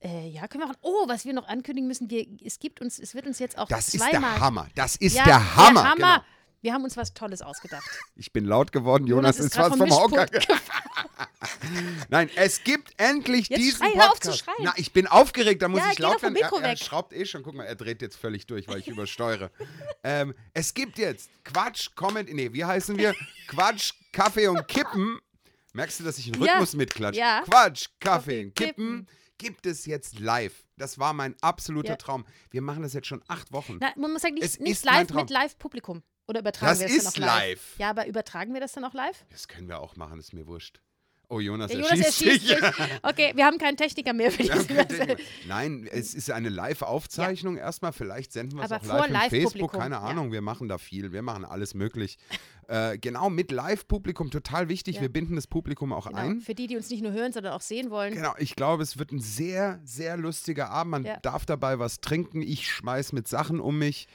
Speaker 1: Äh, ja, können wir auch. Oh, was wir noch ankündigen müssen, wir, es gibt uns, es wird uns jetzt auch
Speaker 2: Das ist
Speaker 1: zweimal.
Speaker 2: der Hammer. Das ist
Speaker 1: Ja,
Speaker 2: der Hammer.
Speaker 1: Der Hammer.
Speaker 2: Genau.
Speaker 1: Wir haben uns was Tolles ausgedacht.
Speaker 2: Ich bin laut geworden, Jonas, ist
Speaker 1: grad
Speaker 2: fast vom Hocker.
Speaker 1: Mischpult
Speaker 2: ge- Nein, es gibt endlich
Speaker 1: Jetzt
Speaker 2: diesen
Speaker 1: schrei, hör auf
Speaker 2: Podcast.
Speaker 1: zu schreien.
Speaker 2: Na, ich bin aufgeregt, da muss
Speaker 1: Ja,
Speaker 2: ich
Speaker 1: geh
Speaker 2: laut
Speaker 1: doch vom
Speaker 2: werden. Er,
Speaker 1: Mikro
Speaker 2: er
Speaker 1: weg.
Speaker 2: schraubt eh schon. Guck mal, er dreht jetzt völlig durch, weil ich übersteuere. ähm, es gibt jetzt Quatsch, Comment, nee, wie heißen wir? Quatsch, Kaffee und Kippen. Merkst du, dass ich einen
Speaker 1: Ja,
Speaker 2: Rhythmus mitklatsche?
Speaker 1: ja.
Speaker 2: Quatsch, Kaffee und Kippen.
Speaker 1: Kippen.
Speaker 2: Gibt es jetzt live. Das war mein absoluter
Speaker 1: Ja.
Speaker 2: Traum. Wir machen das jetzt schon acht Wochen.
Speaker 1: Na, man muss sagen,
Speaker 2: Es
Speaker 1: nicht, nicht
Speaker 2: ist mein
Speaker 1: live
Speaker 2: Traum.
Speaker 1: mit Live-Publikum. Oder übertragen
Speaker 2: Das
Speaker 1: wir das
Speaker 2: ist
Speaker 1: dann auch live?
Speaker 2: live.
Speaker 1: Ja, aber übertragen wir das dann auch live?
Speaker 2: Das können wir auch machen, ist mir wurscht. Oh, Jonas,
Speaker 1: Der
Speaker 2: er
Speaker 1: Jonas
Speaker 2: schießt
Speaker 1: erschießt
Speaker 2: sich.
Speaker 1: sich. Okay, wir haben keinen Techniker mehr für
Speaker 2: Wir haben
Speaker 1: diese
Speaker 2: kein
Speaker 1: Sendung.
Speaker 2: Techniker. Nein, es ist eine Live-Aufzeichnung erstmal. Vielleicht senden wir es
Speaker 1: Aber
Speaker 2: auch
Speaker 1: vor
Speaker 2: live, im Facebook.
Speaker 1: Live-Publikum,
Speaker 2: Keine
Speaker 1: ja.
Speaker 2: Ahnung, wir machen da viel. Wir machen alles möglich. Äh, genau, mit Live-Publikum, total wichtig.
Speaker 1: Ja.
Speaker 2: Wir binden das Publikum auch
Speaker 1: Genau.
Speaker 2: ein.
Speaker 1: Für die, die uns nicht nur hören, sondern auch sehen wollen.
Speaker 2: Genau, ich glaube, es wird ein sehr, sehr lustiger Abend. Man
Speaker 1: Ja.
Speaker 2: darf dabei was trinken. Ich schmeiß mit Sachen um mich.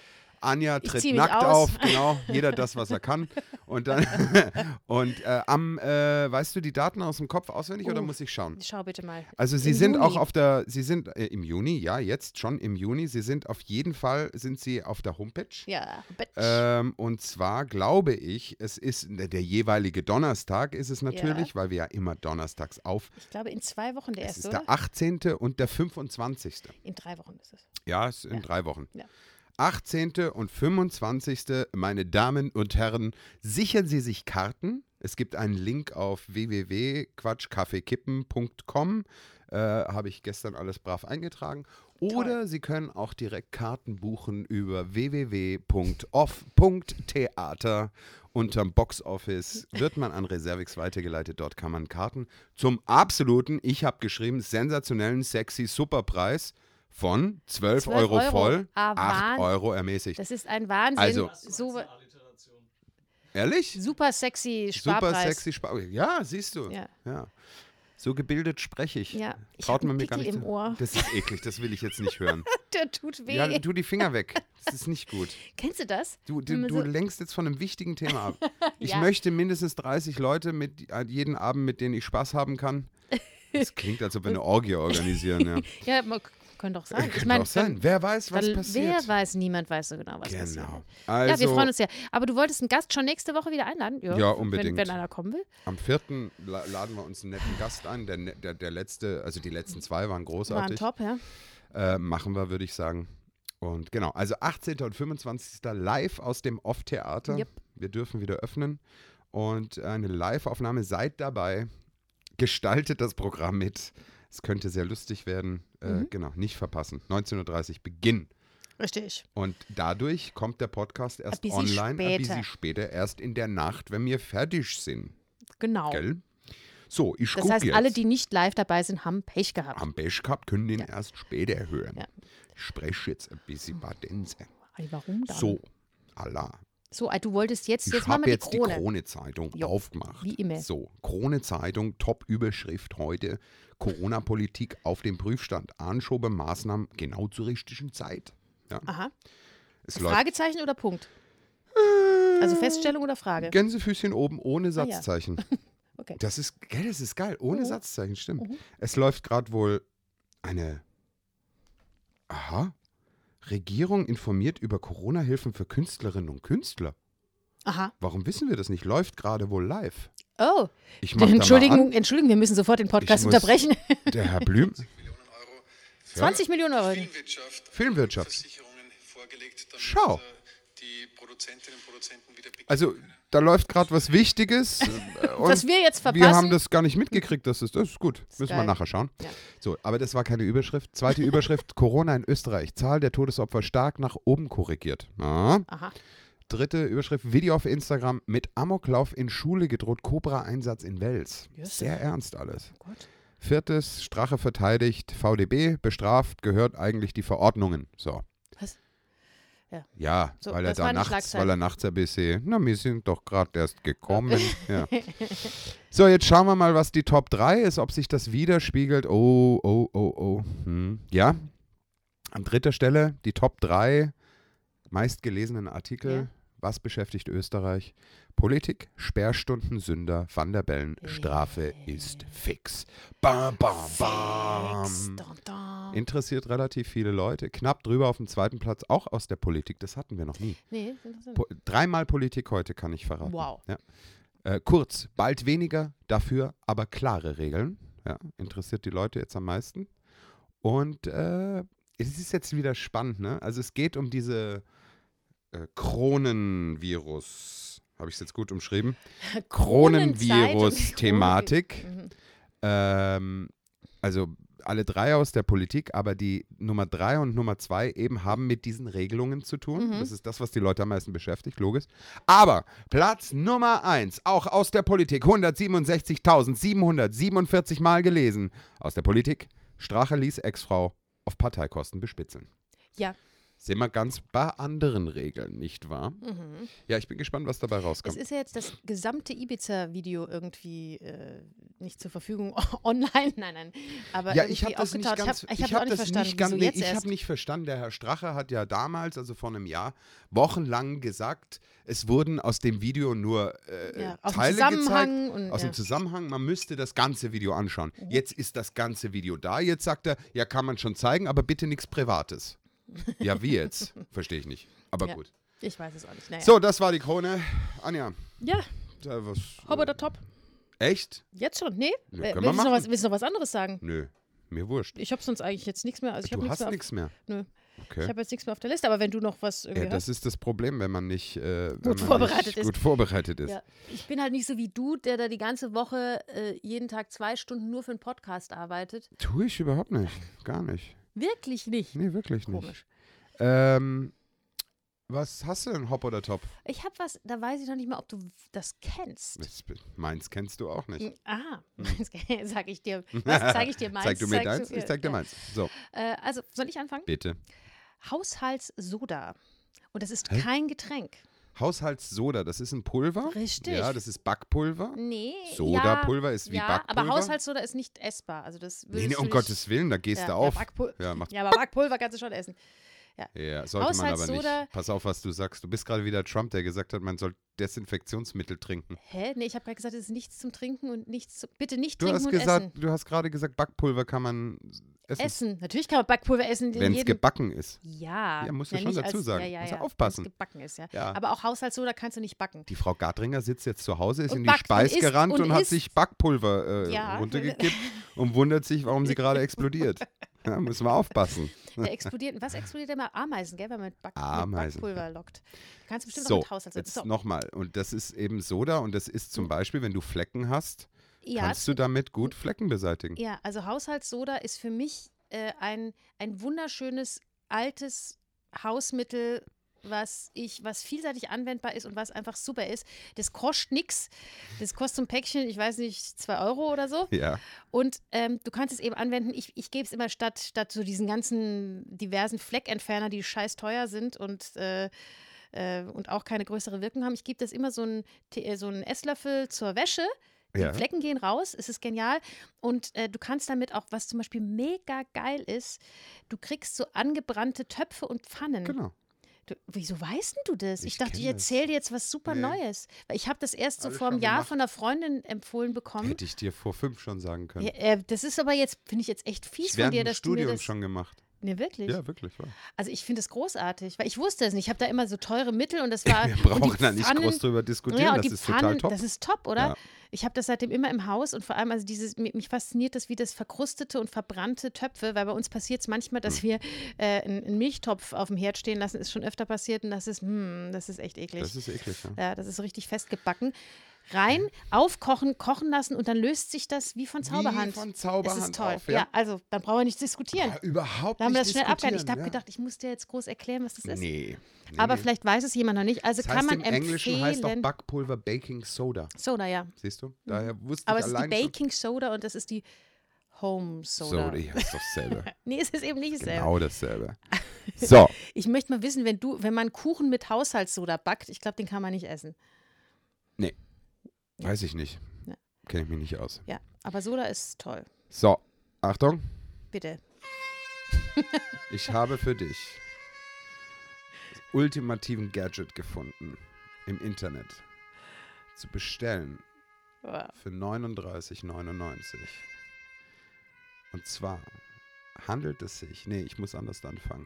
Speaker 2: Anja
Speaker 1: Ich
Speaker 2: tritt
Speaker 1: zieh mich
Speaker 2: nackt auf,
Speaker 1: aus.
Speaker 2: genau, jeder das, was er kann. Und dann, und äh, am, äh, weißt du die Daten aus dem Kopf auswendig oder
Speaker 1: Uh.
Speaker 2: muss ich schauen?
Speaker 1: Schau bitte mal.
Speaker 2: Also sie
Speaker 1: Im
Speaker 2: sind auch
Speaker 1: Juni.
Speaker 2: auf der, sie sind äh, im Juni, ja, jetzt schon im Juni, sie sind auf jeden Fall, sind sie auf der Homepage.
Speaker 1: Ja, Bitch.
Speaker 2: Ähm, und zwar glaube ich, es ist der, der jeweilige Donnerstag ist es natürlich, weil wir ja immer donnerstags auf.
Speaker 1: ich glaube, in zwei Wochen der
Speaker 2: Es
Speaker 1: erste,
Speaker 2: ist der
Speaker 1: oder?
Speaker 2: 18. und der 25.
Speaker 1: In drei Wochen ist es.
Speaker 2: Ja, es ist in drei Wochen.
Speaker 1: Ja.
Speaker 2: 18. und 25. meine Damen und Herren, sichern Sie sich Karten. Es gibt einen Link auf www.quatschkaffeekippen.com. Äh, Habe ich gestern alles brav eingetragen. Oder Sie können auch direkt Karten buchen über www.off.theater. Unterm Boxoffice wird man an Reservix weitergeleitet. Dort kann man Karten zum absoluten, ich habe geschrieben, sensationellen, sexy Superpreis von 12,
Speaker 1: 12
Speaker 2: Euro,
Speaker 1: Euro.
Speaker 2: voll,
Speaker 1: Ah,
Speaker 2: 8
Speaker 1: Wahnsinn.
Speaker 2: Euro ermäßigt.
Speaker 1: Das ist ein Wahnsinn.
Speaker 2: Also-
Speaker 1: so,
Speaker 2: Ehrlich?
Speaker 1: super sexy
Speaker 2: Super
Speaker 1: Sparpreis.
Speaker 2: sexy Spar. Ja, siehst du.
Speaker 1: Ja.
Speaker 2: So gebildet spreche ich.
Speaker 1: Ja, ich
Speaker 2: Traut
Speaker 1: hab
Speaker 2: man
Speaker 1: einen
Speaker 2: mir gar nicht.
Speaker 1: Pickel
Speaker 2: zu-
Speaker 1: im Ohr.
Speaker 2: Das ist eklig, das will ich jetzt nicht hören.
Speaker 1: Der tut weh.
Speaker 2: ja, tu die Finger weg. Das ist nicht gut.
Speaker 1: Kennst du das?
Speaker 2: Du,
Speaker 1: Wenn
Speaker 2: du,
Speaker 1: man
Speaker 2: du lenkst jetzt von einem wichtigen Thema ab. Ich
Speaker 1: Ja.
Speaker 2: möchte mindestens 30 Leute mit äh, jeden Abend, mit denen ich Spaß haben kann. Das klingt, als ob wir eine Orgie organisieren. Ja.
Speaker 1: so, ja, man, könnte doch sein. ich
Speaker 2: Könnte
Speaker 1: meine,
Speaker 2: auch Äh, sein. Wer weiß, was
Speaker 1: weil
Speaker 2: passiert.
Speaker 1: Wer weiß, niemand weiß so genau, was passiert.
Speaker 2: genau. Also,
Speaker 1: ja, wir freuen uns sehr. Aber du wolltest einen Gast schon nächste Woche wieder einladen?
Speaker 2: Ja, unbedingt.
Speaker 1: Wenn, wenn einer kommen will.
Speaker 2: Am vierten la- laden wir uns einen netten Gast ein. Der, ne- der, der letzte, also die letzten zwei waren
Speaker 1: War ein
Speaker 2: großartig.
Speaker 1: Top, ja.
Speaker 2: Äh, machen wir, würde ich sagen. Und genau, also 18. und 25. live aus dem Off-Theater.
Speaker 1: Yep.
Speaker 2: Wir dürfen wieder öffnen. Und eine Live-Aufnahme, seid dabei. gestaltet das Programm mit. Es könnte sehr lustig werden. Äh,
Speaker 1: Mhm.
Speaker 2: Genau, nicht verpassen. 19.30 Uhr Beginn.
Speaker 3: Richtig.
Speaker 2: Und dadurch kommt der Podcast erst
Speaker 3: Ein bisschen
Speaker 2: online, ein
Speaker 3: später.
Speaker 2: bisschen später, erst in der Nacht, wenn wir fertig sind.
Speaker 1: Genau.
Speaker 2: Gell? So, ich
Speaker 1: Das
Speaker 2: guck
Speaker 1: heißt,
Speaker 2: jetzt.
Speaker 1: alle, die nicht live dabei sind, haben Pech gehabt.
Speaker 2: am Bash gehabt, können den
Speaker 1: Ja.
Speaker 2: erst später hören.
Speaker 1: Ja. Hm.
Speaker 2: Ich spreche jetzt ein bisschen Badense.
Speaker 1: Ei, Warum dann?
Speaker 2: So, Allah.
Speaker 1: So, ah, du wolltest jetzt,
Speaker 2: Ich
Speaker 1: jetzt machen
Speaker 2: habe
Speaker 1: wir die
Speaker 2: jetzt die
Speaker 1: Krone.
Speaker 2: Krone-Zeitung
Speaker 1: Jo,
Speaker 2: aufgemacht.
Speaker 1: wie immer.
Speaker 2: So, Krone-Zeitung, Top-Überschrift heute. Corona-Politik auf dem Prüfstand. Anschobe Maßnahmen genau zur richtigen Zeit. Ja,
Speaker 1: Aha.
Speaker 2: es läuft
Speaker 1: Fragezeichen oder Punkt? Also Feststellung oder Frage?
Speaker 2: Gänsefüßchen oben ohne
Speaker 1: Ah, ja.
Speaker 2: Satzzeichen.
Speaker 1: Okay.
Speaker 2: Das ist, gell, das ist geil, ohne
Speaker 1: Mhm.
Speaker 2: Satzzeichen, stimmt.
Speaker 1: Mhm.
Speaker 2: Es läuft gerade wohl eine. Aha. Regierung informiert über Corona-Hilfen für Künstlerinnen und Künstler.
Speaker 1: Aha.
Speaker 2: Warum wissen wir das nicht? Läuft gerade wohl live.
Speaker 1: Oh,
Speaker 2: Ich mach da mal
Speaker 1: Entschuldigung, Entschuldigung, wir müssen sofort den Podcast
Speaker 2: Ich muss-
Speaker 1: unterbrechen.
Speaker 2: an, Der Herr Blüm.
Speaker 1: 20 Millionen Euro.
Speaker 4: Filmwirtschaft,
Speaker 2: Filmwirtschaft.
Speaker 4: Versicherungen vorgelegt, damit
Speaker 2: Schau.
Speaker 4: äh, die Produzentinnen und Produzenten wieder beginnen.
Speaker 2: Also, da läuft gerade was Wichtiges. äh, und
Speaker 1: Was wir jetzt verpassen.
Speaker 2: wir haben das gar nicht mitgekriegt, dass es das ist gut. Müssen wir
Speaker 1: geil.
Speaker 2: nachher schauen.
Speaker 1: Ja.
Speaker 2: So, aber das war keine Überschrift. Zweite Überschrift: Corona in Österreich. Zahl der Todesopfer stark nach oben korrigiert. Ah.
Speaker 1: Aha.
Speaker 2: Dritte Überschrift: Video auf Instagram mit Amoklauf in Schule gedroht Cobra-Einsatz in Wels.
Speaker 1: Yes.
Speaker 2: Sehr ernst alles.
Speaker 1: Gott.
Speaker 2: Viertes: Strache verteidigt, VDB bestraft, gehört eigentlich die Verordnungen. So.
Speaker 1: Was? Ja.
Speaker 2: Ja,
Speaker 1: So,
Speaker 2: weil, er
Speaker 1: das war
Speaker 2: da
Speaker 1: eine
Speaker 2: nachts,
Speaker 1: Schlagzeile.
Speaker 2: weil er nachts ein bisschen, na, wir sind doch gerade erst gekommen. ja. So, jetzt schauen wir mal, was die Top 3 ist, ob sich das widerspiegelt. Oh, oh, oh, oh. Hm. Ja, an dritter Stelle die Top 3 meistgelesenen Artikel.
Speaker 1: Ja.
Speaker 2: Was beschäftigt Österreich? Politik, Sperrstunden, Sünder, Vanderbellen, Strafe ist fix. Bam, bam, bam.
Speaker 1: Dun, dun.
Speaker 2: Interessiert relativ viele Leute. Knapp drüber auf dem zweiten Platz, auch aus der Politik. Das hatten wir noch nie.
Speaker 1: Nee, interessant.
Speaker 2: Po dreimal Politik heute kann ich verraten.
Speaker 1: Hm. Wow.
Speaker 2: Ja. Äh, kurz, bald weniger, dafür aber klare Regeln. Ja, interessiert die Leute jetzt am meisten. Und äh, es ist jetzt wieder spannend, ne? Also es geht um diese äh, Kronenvirus. Habe ich es jetzt gut umschrieben? Kronenvirus-Thematik.
Speaker 1: Mhm.
Speaker 2: Ähm, also alle drei aus der Politik, aber die Nummer drei und Nummer zwei eben haben mit diesen Regelungen zu tun.
Speaker 1: Mhm.
Speaker 2: Das ist das, was die Leute am meisten beschäftigt, logisch. Aber Platz Nummer eins, auch aus der Politik, 167.747 Mal gelesen. Aus der Politik, Strache ließ Ex-Frau auf Parteikosten bespitzeln.
Speaker 1: Ja.
Speaker 2: Sind wir ganz bei anderen Regeln, nicht wahr?
Speaker 1: Mhm.
Speaker 2: Ja, ich bin gespannt, was dabei
Speaker 1: Es
Speaker 2: rauskommt.
Speaker 1: ist ja jetzt das gesamte Ibiza-Video irgendwie äh, nicht zur Verfügung online, nein, nein. Aber
Speaker 2: Ja, ich habe
Speaker 1: irgendwie
Speaker 2: das nicht
Speaker 1: aufgetaucht.
Speaker 2: ganz,
Speaker 1: ich habe hab auch nicht
Speaker 2: das
Speaker 1: verstanden,
Speaker 2: nicht ganz,
Speaker 1: wieso
Speaker 2: nee,
Speaker 1: jetzt
Speaker 2: ich
Speaker 1: erst.
Speaker 2: habe nicht verstanden, der Herr Strache hat ja damals, also vor einem Jahr, wochenlang gesagt, es wurden aus dem Video nur äh,
Speaker 1: Ja, aus dem
Speaker 2: Teile
Speaker 1: Zusammenhang
Speaker 2: gezeigt,
Speaker 1: und-
Speaker 2: aus
Speaker 1: ja. Mhm.
Speaker 2: dem Zusammenhang, man müsste das ganze Video anschauen. Jetzt ist das ganze Video da, jetzt sagt er, ja, kann man schon zeigen, aber bitte nichts Privates. Ja, wie jetzt? Verstehe ich nicht, aber
Speaker 1: Ja.
Speaker 2: gut.
Speaker 1: ich weiß es auch nicht. Naja.
Speaker 2: So, das war die Krone. Anja,
Speaker 1: Ja,
Speaker 2: da was, äh,
Speaker 1: hopp oder top.
Speaker 2: echt?
Speaker 1: Jetzt schon? Nee?
Speaker 2: Ja,
Speaker 1: Äh,
Speaker 2: können wir
Speaker 1: willst, du noch was,
Speaker 2: machen.
Speaker 1: willst du noch was anderes sagen?
Speaker 2: Nö, mir wurscht.
Speaker 1: Ich habe sonst eigentlich jetzt nichts mehr. Also ich habe
Speaker 2: du
Speaker 1: nichts
Speaker 2: hast
Speaker 1: mehr. Auf,
Speaker 2: nichts mehr.
Speaker 1: nö.
Speaker 2: Okay.
Speaker 1: Ich habe jetzt nichts mehr auf der Liste, aber wenn du noch was irgendwie
Speaker 2: Ja, das ist das Problem, wenn man nicht, äh, wenn man
Speaker 1: vorbereitet
Speaker 2: nicht
Speaker 1: ist.
Speaker 2: gut vorbereitet ist.
Speaker 1: Ja, ich bin halt nicht so wie du, der da die ganze Woche äh, jeden Tag zwei Stunden nur für einen Podcast arbeitet.
Speaker 2: Tue ich überhaupt nicht. Gar nicht.
Speaker 1: Wirklich nicht.
Speaker 2: Nee, wirklich nicht.
Speaker 1: Komisch.
Speaker 2: Ähm, was hast du denn, Hop oder Top?
Speaker 1: Ich habe was, da weiß ich noch nicht mal, ob du das kennst.
Speaker 2: Das- Meins kennst du auch nicht.
Speaker 1: Ah, das sag ich dir. Was zeige ich dir meins?
Speaker 2: Hm. Zeig du mir
Speaker 1: zeigst
Speaker 2: deins, ich zeig dir
Speaker 1: ja.
Speaker 2: meins. So,
Speaker 1: Äh, also, soll ich anfangen?
Speaker 2: bitte.
Speaker 1: Haushaltssoda. Und das ist
Speaker 2: Hä?
Speaker 1: kein Getränk.
Speaker 2: Haushaltssoda, das ist ein Pulver.
Speaker 1: Richtig. Hm,
Speaker 2: Ja, das ist Backpulver.
Speaker 1: Nee.
Speaker 2: Sodapulver ist wie
Speaker 1: ja,
Speaker 2: Backpulver?
Speaker 1: Aber Haushaltssoda ist nicht essbar. Also das
Speaker 2: Nee, nee,
Speaker 1: würdest du
Speaker 2: um
Speaker 1: nicht-
Speaker 2: Gottes Willen, da gehst
Speaker 1: ja,
Speaker 2: du auf.
Speaker 1: Ja, Backpul
Speaker 2: Ja, macht,
Speaker 1: ja, aber Backpulver kannst du schon essen.
Speaker 2: ja, sollte man aber
Speaker 1: Haushaltssoda-
Speaker 2: nicht. Pass auf, was du sagst. Du bist gerade wieder Trump, der gesagt hat, man soll Desinfektionsmittel trinken.
Speaker 1: Hä? Nee, ich habe gerade gesagt, es ist nichts zum Trinken und nichts zum. Bitte nicht
Speaker 2: Du
Speaker 1: trinken
Speaker 2: hast,
Speaker 1: und
Speaker 2: gesagt, du hast gerade gesagt, Backpulver kann man essen,
Speaker 1: essen. Essen. Natürlich kann man Backpulver essen. in
Speaker 2: wenn es
Speaker 1: jedem-
Speaker 2: gebacken ist.
Speaker 1: Ja.
Speaker 2: Ja, musst du schon
Speaker 1: nicht
Speaker 2: dazu
Speaker 1: als,
Speaker 2: sagen.
Speaker 1: Ja, ja,
Speaker 2: Musst
Speaker 1: ja.
Speaker 2: aufpassen.
Speaker 1: Wenn's gebacken ist, ja.
Speaker 2: Ja.
Speaker 1: Aber auch Haushaltssoda kannst du nicht backen.
Speaker 2: Die Frau Gadringer sitzt jetzt zu Hause, ist
Speaker 1: Und
Speaker 2: in die
Speaker 1: backt und
Speaker 2: Speis
Speaker 1: isst
Speaker 2: gerannt und,
Speaker 1: und
Speaker 2: hat
Speaker 1: isst.
Speaker 2: sich Backpulver äh,
Speaker 1: Ja.
Speaker 2: runtergekippt und wundert sich, warum sie gerade explodiert. Ja, müssen wir aufpassen.
Speaker 1: Da explodiert, was explodiert immer? Ameisen, gell, wenn man Back,
Speaker 2: Ameisen.
Speaker 1: mit Backpulver lockt. Kannst du bestimmt auch
Speaker 2: So,
Speaker 1: mit Haushaltssoda.
Speaker 2: jetzt nochmal. Und das ist eben Soda und das ist zum Beispiel, wenn du Flecken hast,
Speaker 1: Ja,
Speaker 2: kannst du damit gut Flecken beseitigen.
Speaker 1: ja, also Haushaltssoda ist für mich äh, ein, ein wunderschönes altes Hausmittel, was ich, was vielseitig anwendbar ist und was einfach super ist. Das kostet nichts. Das kostet so ein Päckchen, ich weiß nicht, zwei Euro oder so.
Speaker 2: Ja,
Speaker 1: Und ähm, du kannst es eben anwenden. Ich, ich gebe es immer statt, statt so diesen ganzen diversen Fleckentferner, die scheiß teuer sind und, äh, äh, und auch keine größere Wirkung haben. Ich gebe das immer so einen, Tee- äh, so einen Esslöffel zur Wäsche. Die
Speaker 2: ja.
Speaker 1: Flecken gehen raus, es ist genial. Und äh, du kannst damit auch, was zum Beispiel mega geil ist, du kriegst so angebrannte Töpfe und Pfannen.
Speaker 2: Genau.
Speaker 1: Du, wieso weißt denn du das? Ich,
Speaker 2: Ich
Speaker 1: dachte,
Speaker 2: kenn
Speaker 1: ich
Speaker 2: das.
Speaker 1: erzähle dir jetzt was super
Speaker 2: Nee.
Speaker 1: Neues. Weil ich habe das erst so
Speaker 2: Alles
Speaker 1: vor einem
Speaker 2: schon
Speaker 1: Jahr
Speaker 2: gemacht.
Speaker 1: von einer Freundin empfohlen bekommen.
Speaker 2: Hätte ich dir vor fünf schon sagen können.
Speaker 1: Ja, äh, das ist aber jetzt, finde ich jetzt echt fies von
Speaker 2: Während
Speaker 1: dir,
Speaker 2: dem
Speaker 1: dass du
Speaker 2: Studium
Speaker 1: mir das.
Speaker 2: schon gemacht.
Speaker 1: Nee, wirklich.
Speaker 2: Ja, wirklich. War.
Speaker 1: Also ich finde es großartig, weil ich wusste es nicht. Ich habe da immer so teure Mittel und das war.
Speaker 2: Wir
Speaker 1: und
Speaker 2: brauchen
Speaker 1: die
Speaker 2: da nicht
Speaker 1: Pfannen-
Speaker 2: groß drüber diskutieren.
Speaker 1: Ja, und
Speaker 2: das
Speaker 1: die
Speaker 2: ist
Speaker 1: Pfannen,
Speaker 2: total top.
Speaker 1: das ist top, oder?
Speaker 2: Ja.
Speaker 1: Ich habe das seitdem immer im Haus und vor allem, also dieses, mich, mich fasziniert das, wie das verkrustete und verbrannte Töpfe, weil bei uns passiert es manchmal, dass
Speaker 2: Hm.
Speaker 1: wir äh, einen, einen Milchtopf auf dem Herd stehen lassen, ist schon öfter passiert und das ist, hm, das ist echt eklig.
Speaker 2: das ist eklig. Ja.
Speaker 1: ja, das ist so richtig festgebacken. Rein, aufkochen, kochen lassen und dann löst sich das wie von Zauberhand.
Speaker 2: Wie von
Speaker 1: Es
Speaker 2: Zauberhand
Speaker 1: ist toll.
Speaker 2: auf.
Speaker 1: ja. also dann brauchen wir nicht diskutieren.
Speaker 2: Ja, überhaupt
Speaker 1: da haben wir
Speaker 2: nicht
Speaker 1: das schnell abgehandelt. Ich
Speaker 2: diskutieren,
Speaker 1: habe gedacht, ich muss dir jetzt groß erklären, was das
Speaker 2: ja.
Speaker 1: ist.
Speaker 2: Nee. nee,
Speaker 1: Aber
Speaker 2: nee.
Speaker 1: vielleicht weiß es jemand noch nicht. Also
Speaker 2: das
Speaker 1: kann
Speaker 2: heißt,
Speaker 1: man
Speaker 2: im
Speaker 1: empfehlen.
Speaker 2: Englischen heißt auch Backpulver Baking Soda.
Speaker 1: Soda, ja.
Speaker 2: Siehst du? Daher wusste
Speaker 1: Aber
Speaker 2: ich
Speaker 1: es ist die
Speaker 2: allein
Speaker 1: Baking Soda und das ist die Home
Speaker 2: schon.
Speaker 1: Soda. Äh,
Speaker 2: Soda, ja, ist doch selber.
Speaker 1: Nee, es ist eben nicht dasselbe.
Speaker 2: genau dasselbe. So,
Speaker 1: Ich möchte mal wissen, wenn du, wenn man Kuchen mit Haushaltssoda backt, ich glaube, den kann man nicht essen.
Speaker 2: weiß ich nicht.
Speaker 1: Ja.
Speaker 2: Kenne ich mich nicht aus.
Speaker 1: Ja, aber Soda ist toll.
Speaker 2: So, Achtung,
Speaker 1: Bitte.
Speaker 2: ich habe für dich das ultimativen Gadget gefunden im Internet. Zu bestellen
Speaker 1: Wow.
Speaker 2: für 39,99. Und zwar handelt es sich. Nee, ich muss anders anfangen.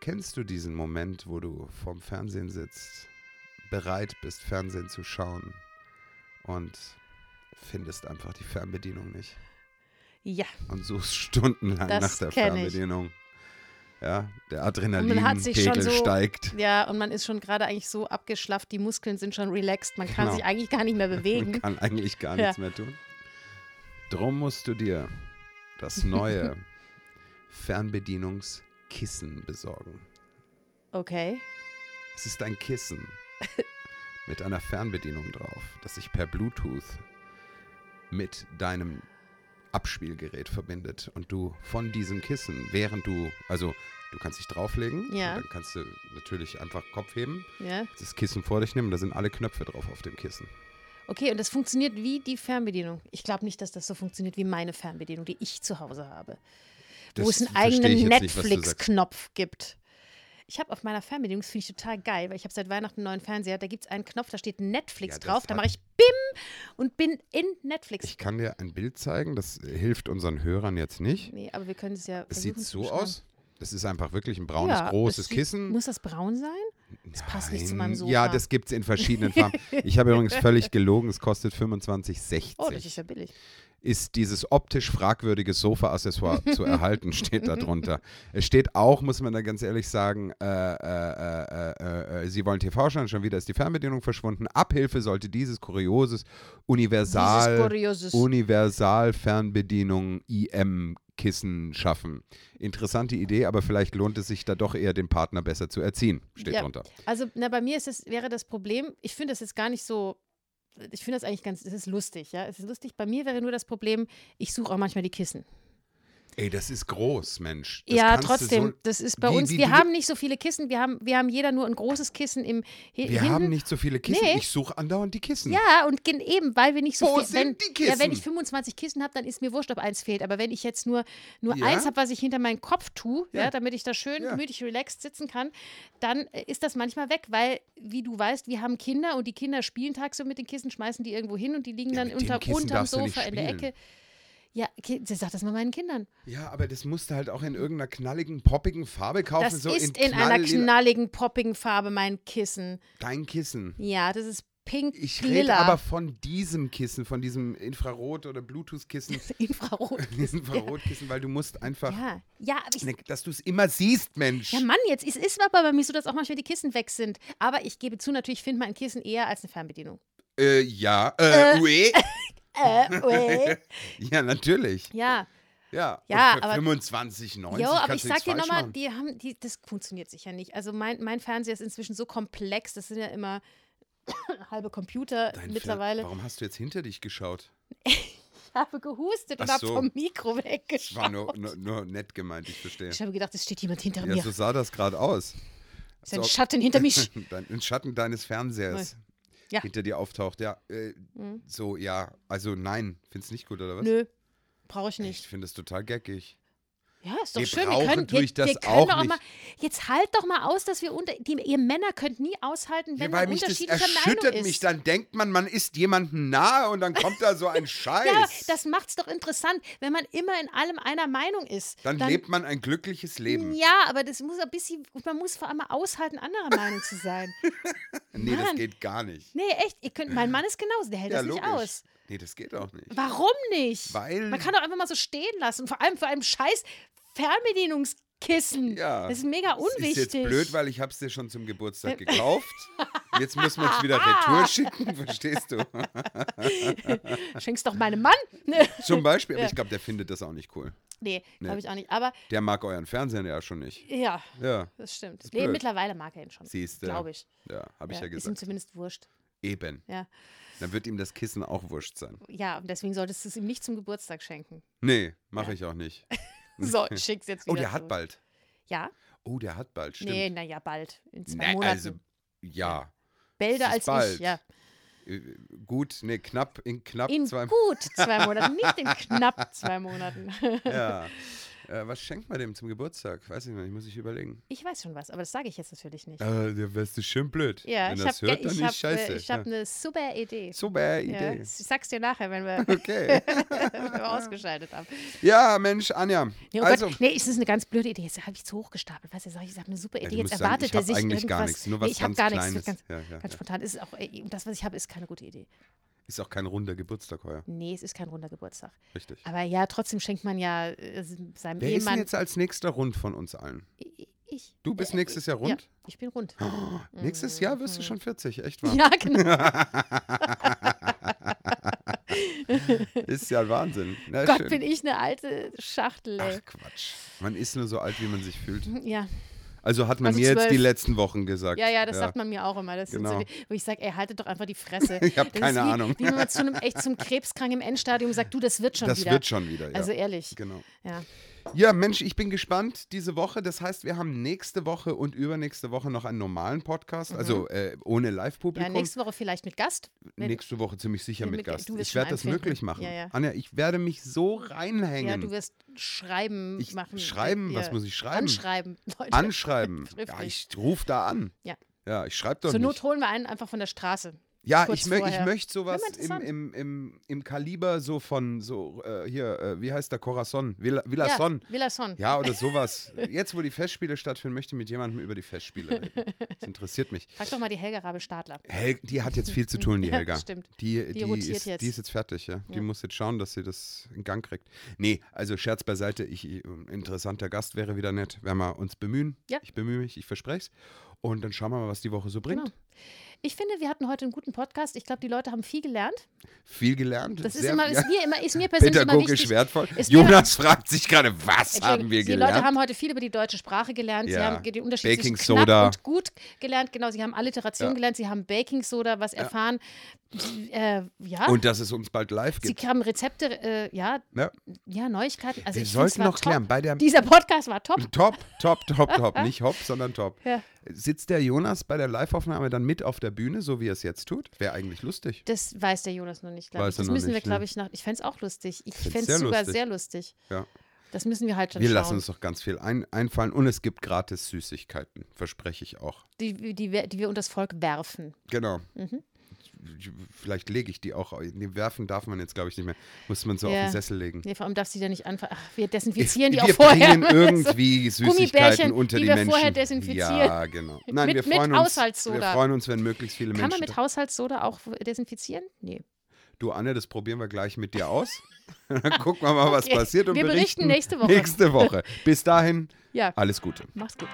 Speaker 2: Kennst du diesen Moment, wo du vorm Fernsehen sitzt, bereit bist, Fernsehen zu schauen und findest einfach die Fernbedienung nicht?
Speaker 1: Ja,
Speaker 2: und suchst stundenlang
Speaker 1: Das
Speaker 2: nach der
Speaker 1: kenn ich.
Speaker 2: Fernbedienung. Ja, der
Speaker 1: hat sich schon
Speaker 2: Adrenalinpegel
Speaker 1: so-
Speaker 2: steigt.
Speaker 1: ja, und man ist schon gerade eigentlich so abgeschlafft, die Muskeln sind schon relaxed, man kann
Speaker 2: Genau.
Speaker 1: sich eigentlich gar nicht mehr
Speaker 2: Man
Speaker 1: bewegen.
Speaker 2: kann eigentlich gar
Speaker 1: Ja.
Speaker 2: nichts mehr tun. Drum musst du dir das neue Fernbedienungskissen besorgen.
Speaker 1: Okay.
Speaker 2: Es ist ein Kissen mit einer Fernbedienung drauf, das sich per Bluetooth mit deinem Abspielgerät verbindet und du von diesem Kissen, während du, also du kannst dich drauflegen, und
Speaker 1: Ja.
Speaker 2: dann kannst du natürlich einfach Kopf heben,
Speaker 1: Ja.
Speaker 2: das Kissen vor dich nehmen, da sind alle Knöpfe drauf auf dem Kissen.
Speaker 1: Okay, und das funktioniert wie die Fernbedienung. Ich glaube nicht, dass das so funktioniert wie meine Fernbedienung, die ich zu Hause habe. wo es einen
Speaker 2: verstehe ich
Speaker 1: eigenen
Speaker 2: jetzt nicht, was du sagst.
Speaker 1: Netflix-Knopf gibt. Ich habe auf meiner Fernbedienung, das finde ich total geil, weil ich habe seit Weihnachten einen neuen Fernseher, da gibt es einen Knopf, da steht Netflix
Speaker 2: Ja, das
Speaker 1: drauf, da
Speaker 2: hat-
Speaker 1: mache ich BIM und bin in Netflix.
Speaker 2: Ich kann dir ein Bild zeigen, das hilft unseren Hörern jetzt nicht.
Speaker 1: nee, aber wir können es ja
Speaker 2: Es
Speaker 1: versuchen
Speaker 2: sieht
Speaker 1: zu
Speaker 2: so
Speaker 1: beschreiben.
Speaker 2: aus. Das ist einfach wirklich ein braunes,
Speaker 1: Ja,
Speaker 2: großes
Speaker 1: es sieht-
Speaker 2: Kissen.
Speaker 1: Muss das braun sein? Das passt nicht zu meinem
Speaker 2: Nein.
Speaker 1: Sofa.
Speaker 2: Ja, das gibt es in verschiedenen Farben. Ich habe übrigens völlig gelogen, es kostet 25,60.
Speaker 1: Oh, das ist ja billig.
Speaker 2: Ist dieses optisch fragwürdige Sofa-Accessoire zu erhalten, steht da drunter. Es steht auch, muss man da ganz ehrlich sagen, äh, äh, äh, äh, äh, Sie wollen TV schauen, schon wieder ist die Fernbedienung verschwunden. Abhilfe sollte dieses kurioses
Speaker 1: Dieses
Speaker 2: Universal,
Speaker 1: kurioses.
Speaker 2: Universal-Fernbedienung IM. Kissen schaffen. Interessante Idee, aber vielleicht lohnt es sich da doch eher, den Partner besser zu erziehen. Steht
Speaker 1: Ja.
Speaker 2: drunter.
Speaker 1: Also, na, bei mir ist es, wäre das Problem, ich finde das jetzt gar nicht so. Ich finde das eigentlich ganz, es ist lustig, ja. Es ist lustig. Bei mir wäre nur das Problem, ich suche auch manchmal die Kissen.
Speaker 2: Ey, das ist groß, Mensch. Das
Speaker 1: ja,
Speaker 2: kannst du
Speaker 1: trotzdem,
Speaker 2: So,
Speaker 1: das ist bei
Speaker 2: wie-
Speaker 1: uns,
Speaker 2: wie
Speaker 1: wir
Speaker 2: du-
Speaker 1: haben nicht so viele Kissen, wir haben, wir haben jeder nur ein großes Kissen im hi-
Speaker 2: wir
Speaker 1: hinten.
Speaker 2: haben nicht so viele Kissen.
Speaker 1: Nee.
Speaker 2: Ich suche andauernd die Kissen.
Speaker 1: ja, und gen- eben, weil wir nicht so
Speaker 2: Wo
Speaker 1: viel.
Speaker 2: sind
Speaker 1: wenn,
Speaker 2: die
Speaker 1: Ja, wenn ich
Speaker 2: Kissen?
Speaker 1: 25 Kissen habe, dann ist mir wurscht, ob eins fehlt. Aber wenn ich jetzt nur, nur
Speaker 2: Ja.
Speaker 1: eins habe, was ich hinter meinen Kopf tue, ja.
Speaker 2: Ja.
Speaker 1: damit ich da schön
Speaker 2: Ja.
Speaker 1: gemütlich relaxed sitzen kann, dann äh, ist das manchmal weg, weil, wie du weißt, wir haben Kinder und die Kinder spielen tagsüber mit den Kissen, schmeißen die irgendwo hin und die liegen
Speaker 2: Ja,
Speaker 1: dann
Speaker 2: mit den
Speaker 1: unter,
Speaker 2: Kissen
Speaker 1: unterm
Speaker 2: darfst du nicht
Speaker 1: Sofa in der
Speaker 2: spielen.
Speaker 1: Ecke. Ja, Ki- sag das mal meinen Kindern.
Speaker 2: Ja, aber das musst du halt auch in irgendeiner knalligen, poppigen Farbe kaufen.
Speaker 1: Das
Speaker 2: so
Speaker 1: ist
Speaker 2: in,
Speaker 1: in einer
Speaker 2: knalllila-
Speaker 1: knalligen, poppigen Farbe mein Kissen.
Speaker 2: Dein Kissen.
Speaker 1: Ja, das ist pink
Speaker 2: Ich rede
Speaker 1: lila.
Speaker 2: aber von diesem Kissen, von diesem Infrarot- oder Bluetooth-Kissen.
Speaker 1: Infrarot.
Speaker 2: Infrarotkissen, weil du musst einfach,
Speaker 1: Ja, ja, aber ich,
Speaker 2: ne, dass du es immer siehst, Mensch.
Speaker 1: ja, Mann, jetzt es ist aber bei mir so, dass auch manchmal die Kissen weg sind. Aber ich gebe zu, natürlich finde man ein Kissen eher als eine Fernbedienung.
Speaker 2: Äh, ja. Äh,
Speaker 1: Äh.
Speaker 2: ue.
Speaker 1: Äh, ui.
Speaker 2: ja, natürlich.
Speaker 1: ja,
Speaker 2: Ja.
Speaker 1: Ja,
Speaker 2: Und für
Speaker 1: aber-
Speaker 2: 25, 90
Speaker 1: jo, aber ich
Speaker 2: kannst du
Speaker 1: sag
Speaker 2: nichts
Speaker 1: dir
Speaker 2: falsch
Speaker 1: nochmal,
Speaker 2: machen.
Speaker 1: die haben, die, das funktioniert sicher nicht. Also mein, mein Fernseher ist inzwischen so komplex, das sind ja immer halbe Computer
Speaker 2: Dein Fer-
Speaker 1: mittlerweile.
Speaker 2: Warum hast du jetzt hinter dich geschaut?
Speaker 1: Ich habe gehustet und
Speaker 2: Ach
Speaker 1: habe
Speaker 2: so.
Speaker 1: vom Mikro
Speaker 2: Das war
Speaker 1: weggeschaut.
Speaker 2: nur, nur, nur nett gemeint, ich verstehe.
Speaker 1: Ich habe gedacht, es steht jemand hinter
Speaker 2: Ja,
Speaker 1: mir.
Speaker 2: so sah das gerade aus.
Speaker 1: Es ist ein
Speaker 2: so-
Speaker 1: Schatten hinter mich.
Speaker 2: Dein, Im Schatten deines Fernsehers.
Speaker 1: Ja.
Speaker 2: Hinter dir auftaucht, ja. Äh,
Speaker 1: Mhm.
Speaker 2: So, ja. Also nein, findest nicht gut, oder was?
Speaker 1: Nö, brauche ich nicht.
Speaker 2: Ich finde das total geckig.
Speaker 1: Ja, ist doch
Speaker 2: Wir
Speaker 1: schön.
Speaker 2: brauchen
Speaker 1: wir können,
Speaker 2: tue ich
Speaker 1: wir,
Speaker 2: das
Speaker 1: wir können
Speaker 2: auch
Speaker 1: doch
Speaker 2: nicht.
Speaker 1: mal. Jetzt halt doch mal aus, dass wir unter. Die, ihr Männer könnt nie aushalten, wenn
Speaker 2: Ja, weil
Speaker 1: man
Speaker 2: mich das
Speaker 1: unterschiedlicher Meinung
Speaker 2: erschüttert
Speaker 1: ist.
Speaker 2: mich. Dann denkt man, man ist jemandem nahe und dann kommt da so ein Scheiß.
Speaker 1: ja, das macht's doch interessant, wenn man immer in allem einer Meinung ist.
Speaker 2: dann, lebt man ein glückliches Leben.
Speaker 1: Ja, aber das muss ein bisschen. Man muss vor allem mal aushalten, anderer Meinung zu sein.
Speaker 2: nee, das
Speaker 1: Mann.
Speaker 2: geht gar nicht.
Speaker 1: Nee, echt. Ihr könnt, mein Mann ist genauso. Der hält
Speaker 2: ja,
Speaker 1: das nicht
Speaker 2: logisch.
Speaker 1: aus. Hm.
Speaker 2: Nee, das geht auch nicht.
Speaker 1: Warum nicht?
Speaker 2: Weil-
Speaker 1: Man kann doch einfach mal so stehen lassen. Vor allem vor einem scheiß Fernbedienungskissen.
Speaker 2: Ja.
Speaker 1: Das ist mega unwichtig. Äh,
Speaker 2: Das ist jetzt blöd, weil ich hab's dir schon zum Geburtstag gekauft. Jetzt muss man es wieder
Speaker 1: Ah.
Speaker 2: retour schicken, verstehst du?
Speaker 1: Schenkst doch meinem Mann.
Speaker 2: Zum Beispiel, aber ich glaube, der findet das auch nicht cool.
Speaker 1: nee, glaube ich auch nicht. Aber
Speaker 2: Der mag euren Fernseher ja schon nicht.
Speaker 1: ja,
Speaker 2: Ja,
Speaker 1: das stimmt.
Speaker 2: ist
Speaker 1: nee,
Speaker 2: blöd.
Speaker 1: mittlerweile mag er ihn schon.
Speaker 2: siehst du.
Speaker 1: Glaube ich.
Speaker 2: Ja, habe ich ja,
Speaker 1: Ist ihm
Speaker 2: gesagt.
Speaker 1: zumindest wurscht.
Speaker 2: Eben.
Speaker 1: Ja.
Speaker 2: Dann wird ihm das Kissen auch wurscht sein.
Speaker 1: ja, und deswegen solltest du es ihm nicht zum Geburtstag schenken.
Speaker 2: Nee, mache ich auch nicht.
Speaker 1: So, ich schick's jetzt wieder.
Speaker 2: Oh, der hat
Speaker 1: zurück.
Speaker 2: bald.
Speaker 1: Ja?
Speaker 2: Oh, der hat bald, stimmt.
Speaker 1: Nee, naja, bald. In zwei
Speaker 2: Nee,
Speaker 1: Monaten.
Speaker 2: also, ja.
Speaker 1: Bälder
Speaker 2: es ist
Speaker 1: als
Speaker 2: bald.
Speaker 1: ich, ja.
Speaker 2: Äh, Gut, nee, knapp, in knapp
Speaker 1: In
Speaker 2: zwei
Speaker 1: gut zwei Monaten, nicht in knapp zwei Monaten.
Speaker 2: Ja. Äh, was schenkt man dem zum Geburtstag? Weiß ich noch nicht, muss ich überlegen.
Speaker 1: Ich weiß schon was, aber das sage ich jetzt natürlich nicht.
Speaker 2: Äh, der wärst du schön blöd.
Speaker 1: Ja,
Speaker 2: Wenn
Speaker 1: ich
Speaker 2: das
Speaker 1: habe
Speaker 2: hört, dann
Speaker 1: ich
Speaker 2: ist
Speaker 1: hab,
Speaker 2: scheiße.
Speaker 1: äh, ich hab
Speaker 2: ja.
Speaker 1: eine super Idee.
Speaker 2: Super
Speaker 1: Ja,
Speaker 2: Idee.
Speaker 1: ich sag's dir nachher, wenn wir,
Speaker 2: Okay.
Speaker 1: wenn wir ausgeschaltet haben.
Speaker 2: Ja, Mensch, Anja.
Speaker 1: Nee, oh
Speaker 2: also,
Speaker 1: Gott, nee, es ist eine ganz blöde Idee. Jetzt habe ich zu hoch gestapelt. Weißt du, sag ich, ich habe eine super
Speaker 2: Ja, du
Speaker 1: Idee. Jetzt
Speaker 2: musst sagen,
Speaker 1: erwartet
Speaker 2: ich
Speaker 1: er
Speaker 2: hab
Speaker 1: sich
Speaker 2: eigentlich gar
Speaker 1: irgendwas.
Speaker 2: nichts, nur was
Speaker 1: nee, ich habe
Speaker 2: ganz
Speaker 1: gar nichts. Das wird
Speaker 2: Kleines.
Speaker 1: Ganz,
Speaker 2: Ja, ja,
Speaker 1: ganz
Speaker 2: ja.
Speaker 1: spontan. Ist auch, äh, und das, was ich habe, ist keine gute Idee.
Speaker 2: ist auch kein runder Geburtstag heuer.
Speaker 1: Nee, es ist kein runder Geburtstag.
Speaker 2: Richtig.
Speaker 1: Aber ja, trotzdem schenkt man ja äh, seinem
Speaker 2: Wer ist denn
Speaker 1: Ehemann.
Speaker 2: jetzt als nächster rund von uns allen?
Speaker 1: ich. Äh,
Speaker 2: Du bist nächstes Jahr
Speaker 1: Ja,
Speaker 2: rund?
Speaker 1: ich bin rund.
Speaker 2: Oh, nächstes Jahr
Speaker 1: Mhm.
Speaker 2: wirst du schon 40, echt wahr?
Speaker 1: Ja, genau.
Speaker 2: Ist ja Wahnsinn. Na,
Speaker 1: Gott,
Speaker 2: schön.
Speaker 1: bin ich eine alte Schachtel.
Speaker 2: Ach
Speaker 1: Ey.
Speaker 2: Quatsch. Man ist nur so alt, wie man sich fühlt.
Speaker 1: Ja,
Speaker 2: Also hat man
Speaker 1: Mhm. Also
Speaker 2: mir jetzt die
Speaker 1: zwölf.
Speaker 2: letzten Wochen gesagt.
Speaker 1: ja, ja, das sagt man mir auch immer. Das
Speaker 2: Genau.
Speaker 1: sind so, die- wo ich sage, ey, haltet doch einfach die Fresse.
Speaker 2: Ich hab
Speaker 1: Das ist
Speaker 2: keine
Speaker 1: wie,
Speaker 2: Ahnung.
Speaker 1: Wie wenn man zu einem echt zum Krebskranken im Endstadium sagt, du, das wird schon
Speaker 2: Das
Speaker 1: wieder.
Speaker 2: wird schon wieder, ja.
Speaker 1: Also ehrlich.
Speaker 2: genau.
Speaker 1: Ja.
Speaker 2: Ja, Mensch, ich bin gespannt diese Woche. Das heißt, wir haben nächste Woche und übernächste Woche noch einen normalen Podcast, also äh, ohne
Speaker 1: Mhm. ja,
Speaker 2: Live-Publikum.
Speaker 1: nächste Woche vielleicht mit Gast. Wenn-
Speaker 2: nächste Woche ziemlich sicher
Speaker 1: wenn
Speaker 2: mit
Speaker 1: mit-
Speaker 2: Gast.
Speaker 1: du wirst
Speaker 2: Ich
Speaker 1: schon
Speaker 2: werde das
Speaker 1: einen finden.
Speaker 2: möglich machen.
Speaker 1: Ja, ja.
Speaker 2: Anja, ich werde mich so reinhängen.
Speaker 1: Ja, du wirst schreiben
Speaker 2: ich
Speaker 1: machen.
Speaker 2: schreiben,
Speaker 1: Ja.
Speaker 2: was muss ich schreiben?
Speaker 1: Anschreiben, Leute.
Speaker 2: Anschreiben. ja, ich
Speaker 1: Schriftlich.
Speaker 2: rufe da an.
Speaker 1: Ja.
Speaker 2: Ja, ich schreibe doch
Speaker 1: Zur
Speaker 2: nicht.
Speaker 1: Not holen wir einen einfach von der Straße.
Speaker 2: Ja,
Speaker 1: kurz
Speaker 2: ich, mö ich
Speaker 1: vorher.
Speaker 2: möchte sowas
Speaker 1: Immer
Speaker 2: im,
Speaker 1: interessant.
Speaker 2: im, im, im Kaliber so von so äh, hier, äh, wie heißt der Corazon? Villa, Villason.
Speaker 1: Ja, Villason.
Speaker 2: Ja. oder sowas. Jetzt, wo die Festspiele stattfinden, möchte ich mit jemandem über die Festspiele reden. Das interessiert mich.
Speaker 1: Frag doch mal die Helga Rabe Stadler.
Speaker 2: Hel die hat jetzt viel zu tun, die
Speaker 1: Ja,
Speaker 2: Helga.
Speaker 1: stimmt.
Speaker 2: Die, die,
Speaker 1: Die rotiert
Speaker 2: ist,
Speaker 1: jetzt.
Speaker 2: die ist jetzt fertig, ja. Die
Speaker 1: Ja.
Speaker 2: muss jetzt schauen, dass sie das in Gang kriegt. Nee, also Scherz beiseite, ich, ein interessanter Gast wäre wieder nett, wenn wir uns bemühen.
Speaker 1: Ja.
Speaker 2: Ich bemühe mich, ich verspreche es. Und dann schauen wir mal, was die Woche so bringt.
Speaker 1: Genau. Ich finde, wir hatten heute einen guten Podcast. Ich glaube, die Leute haben viel gelernt.
Speaker 2: Viel gelernt.
Speaker 1: Das ist,
Speaker 2: sehr-
Speaker 1: immer,
Speaker 2: ja.
Speaker 1: ist, mir, immer, ist mir persönlich immer
Speaker 2: pädagogisch
Speaker 1: wichtig.
Speaker 2: wertvoll.
Speaker 1: Ist mir-
Speaker 2: Jonas fragt sich gerade, was haben
Speaker 1: Entschuldigung,
Speaker 2: wir
Speaker 1: die
Speaker 2: gelernt?
Speaker 1: Leute haben heute viel über die deutsche Sprache gelernt. Sie
Speaker 2: Ja.
Speaker 1: haben den Unterschied
Speaker 2: Baking
Speaker 1: zwischen knapp
Speaker 2: Soda.
Speaker 1: und gut gelernt. Genau, sie haben Alliteration
Speaker 2: Ja.
Speaker 1: gelernt, sie haben Baking Soda was erfahren. Äh, ja,
Speaker 2: und dass es uns bald live
Speaker 1: sie
Speaker 2: gibt. ne?
Speaker 1: haben Rezepte, äh, ja,
Speaker 2: Ja.
Speaker 1: ja, Neuigkeiten. Also
Speaker 2: Wir
Speaker 1: ich find's
Speaker 2: sollten
Speaker 1: war
Speaker 2: noch
Speaker 1: top.
Speaker 2: klären, bei der
Speaker 1: Dieser Podcast war top.
Speaker 2: Top, top, top, top. Nicht hopp, sondern top.
Speaker 1: Ja.
Speaker 2: Sitzt der Jonas bei der Live-Aufnahme dann mit auf der Bühne, so wie er es jetzt tut? Wäre eigentlich lustig.
Speaker 1: Das weiß der Jonas noch nicht, glaube
Speaker 2: Weiß
Speaker 1: ich.
Speaker 2: er
Speaker 1: Das
Speaker 2: noch
Speaker 1: müssen wir,
Speaker 2: nicht, ne?
Speaker 1: glaube ich, nach. Ich fände es auch lustig. Ich
Speaker 2: Find's
Speaker 1: fände es
Speaker 2: sehr
Speaker 1: sogar
Speaker 2: lustig.
Speaker 1: sehr lustig.
Speaker 2: Ja.
Speaker 1: Das müssen wir halt schon
Speaker 2: Wir
Speaker 1: schauen.
Speaker 2: lassen uns doch ganz viel ein, einfallen und es gibt gratis Süßigkeiten, verspreche ich auch.
Speaker 1: die, die, wir- die wir unters Volk werfen.
Speaker 2: Genau.
Speaker 1: Mhm.
Speaker 2: Vielleicht lege ich die auch. Nee, werfen darf man jetzt, glaube ich, nicht mehr. Muss man so
Speaker 1: Ja.
Speaker 2: auf den Sessel legen.
Speaker 1: Nee, vor allem darfst du die da nicht anfangen. Ach, wir desinfizieren die
Speaker 2: wir
Speaker 1: auch vorher.
Speaker 2: bringen irgendwie Süßigkeiten
Speaker 1: Gummibärchen,
Speaker 2: unter
Speaker 1: die
Speaker 2: die
Speaker 1: wir
Speaker 2: Menschen.
Speaker 1: vorher desinfizieren.
Speaker 2: Ja, genau. Nein,
Speaker 1: Mit-
Speaker 2: wir
Speaker 1: mit
Speaker 2: freuen uns.
Speaker 1: Haushaltssoda.
Speaker 2: Wir freuen uns, wenn möglichst viele
Speaker 1: Kann man
Speaker 2: Menschen.
Speaker 1: mit Haushaltssoda auch desinfizieren? Nee.
Speaker 2: du, Anne, das probieren wir gleich mit dir aus. Dann gucken wir mal, was
Speaker 1: Okay.
Speaker 2: passiert und
Speaker 1: Wir berichten nächste Woche.
Speaker 2: Nächste Woche. Bis dahin,
Speaker 1: Ja,
Speaker 2: alles Gute.
Speaker 1: mach's gut.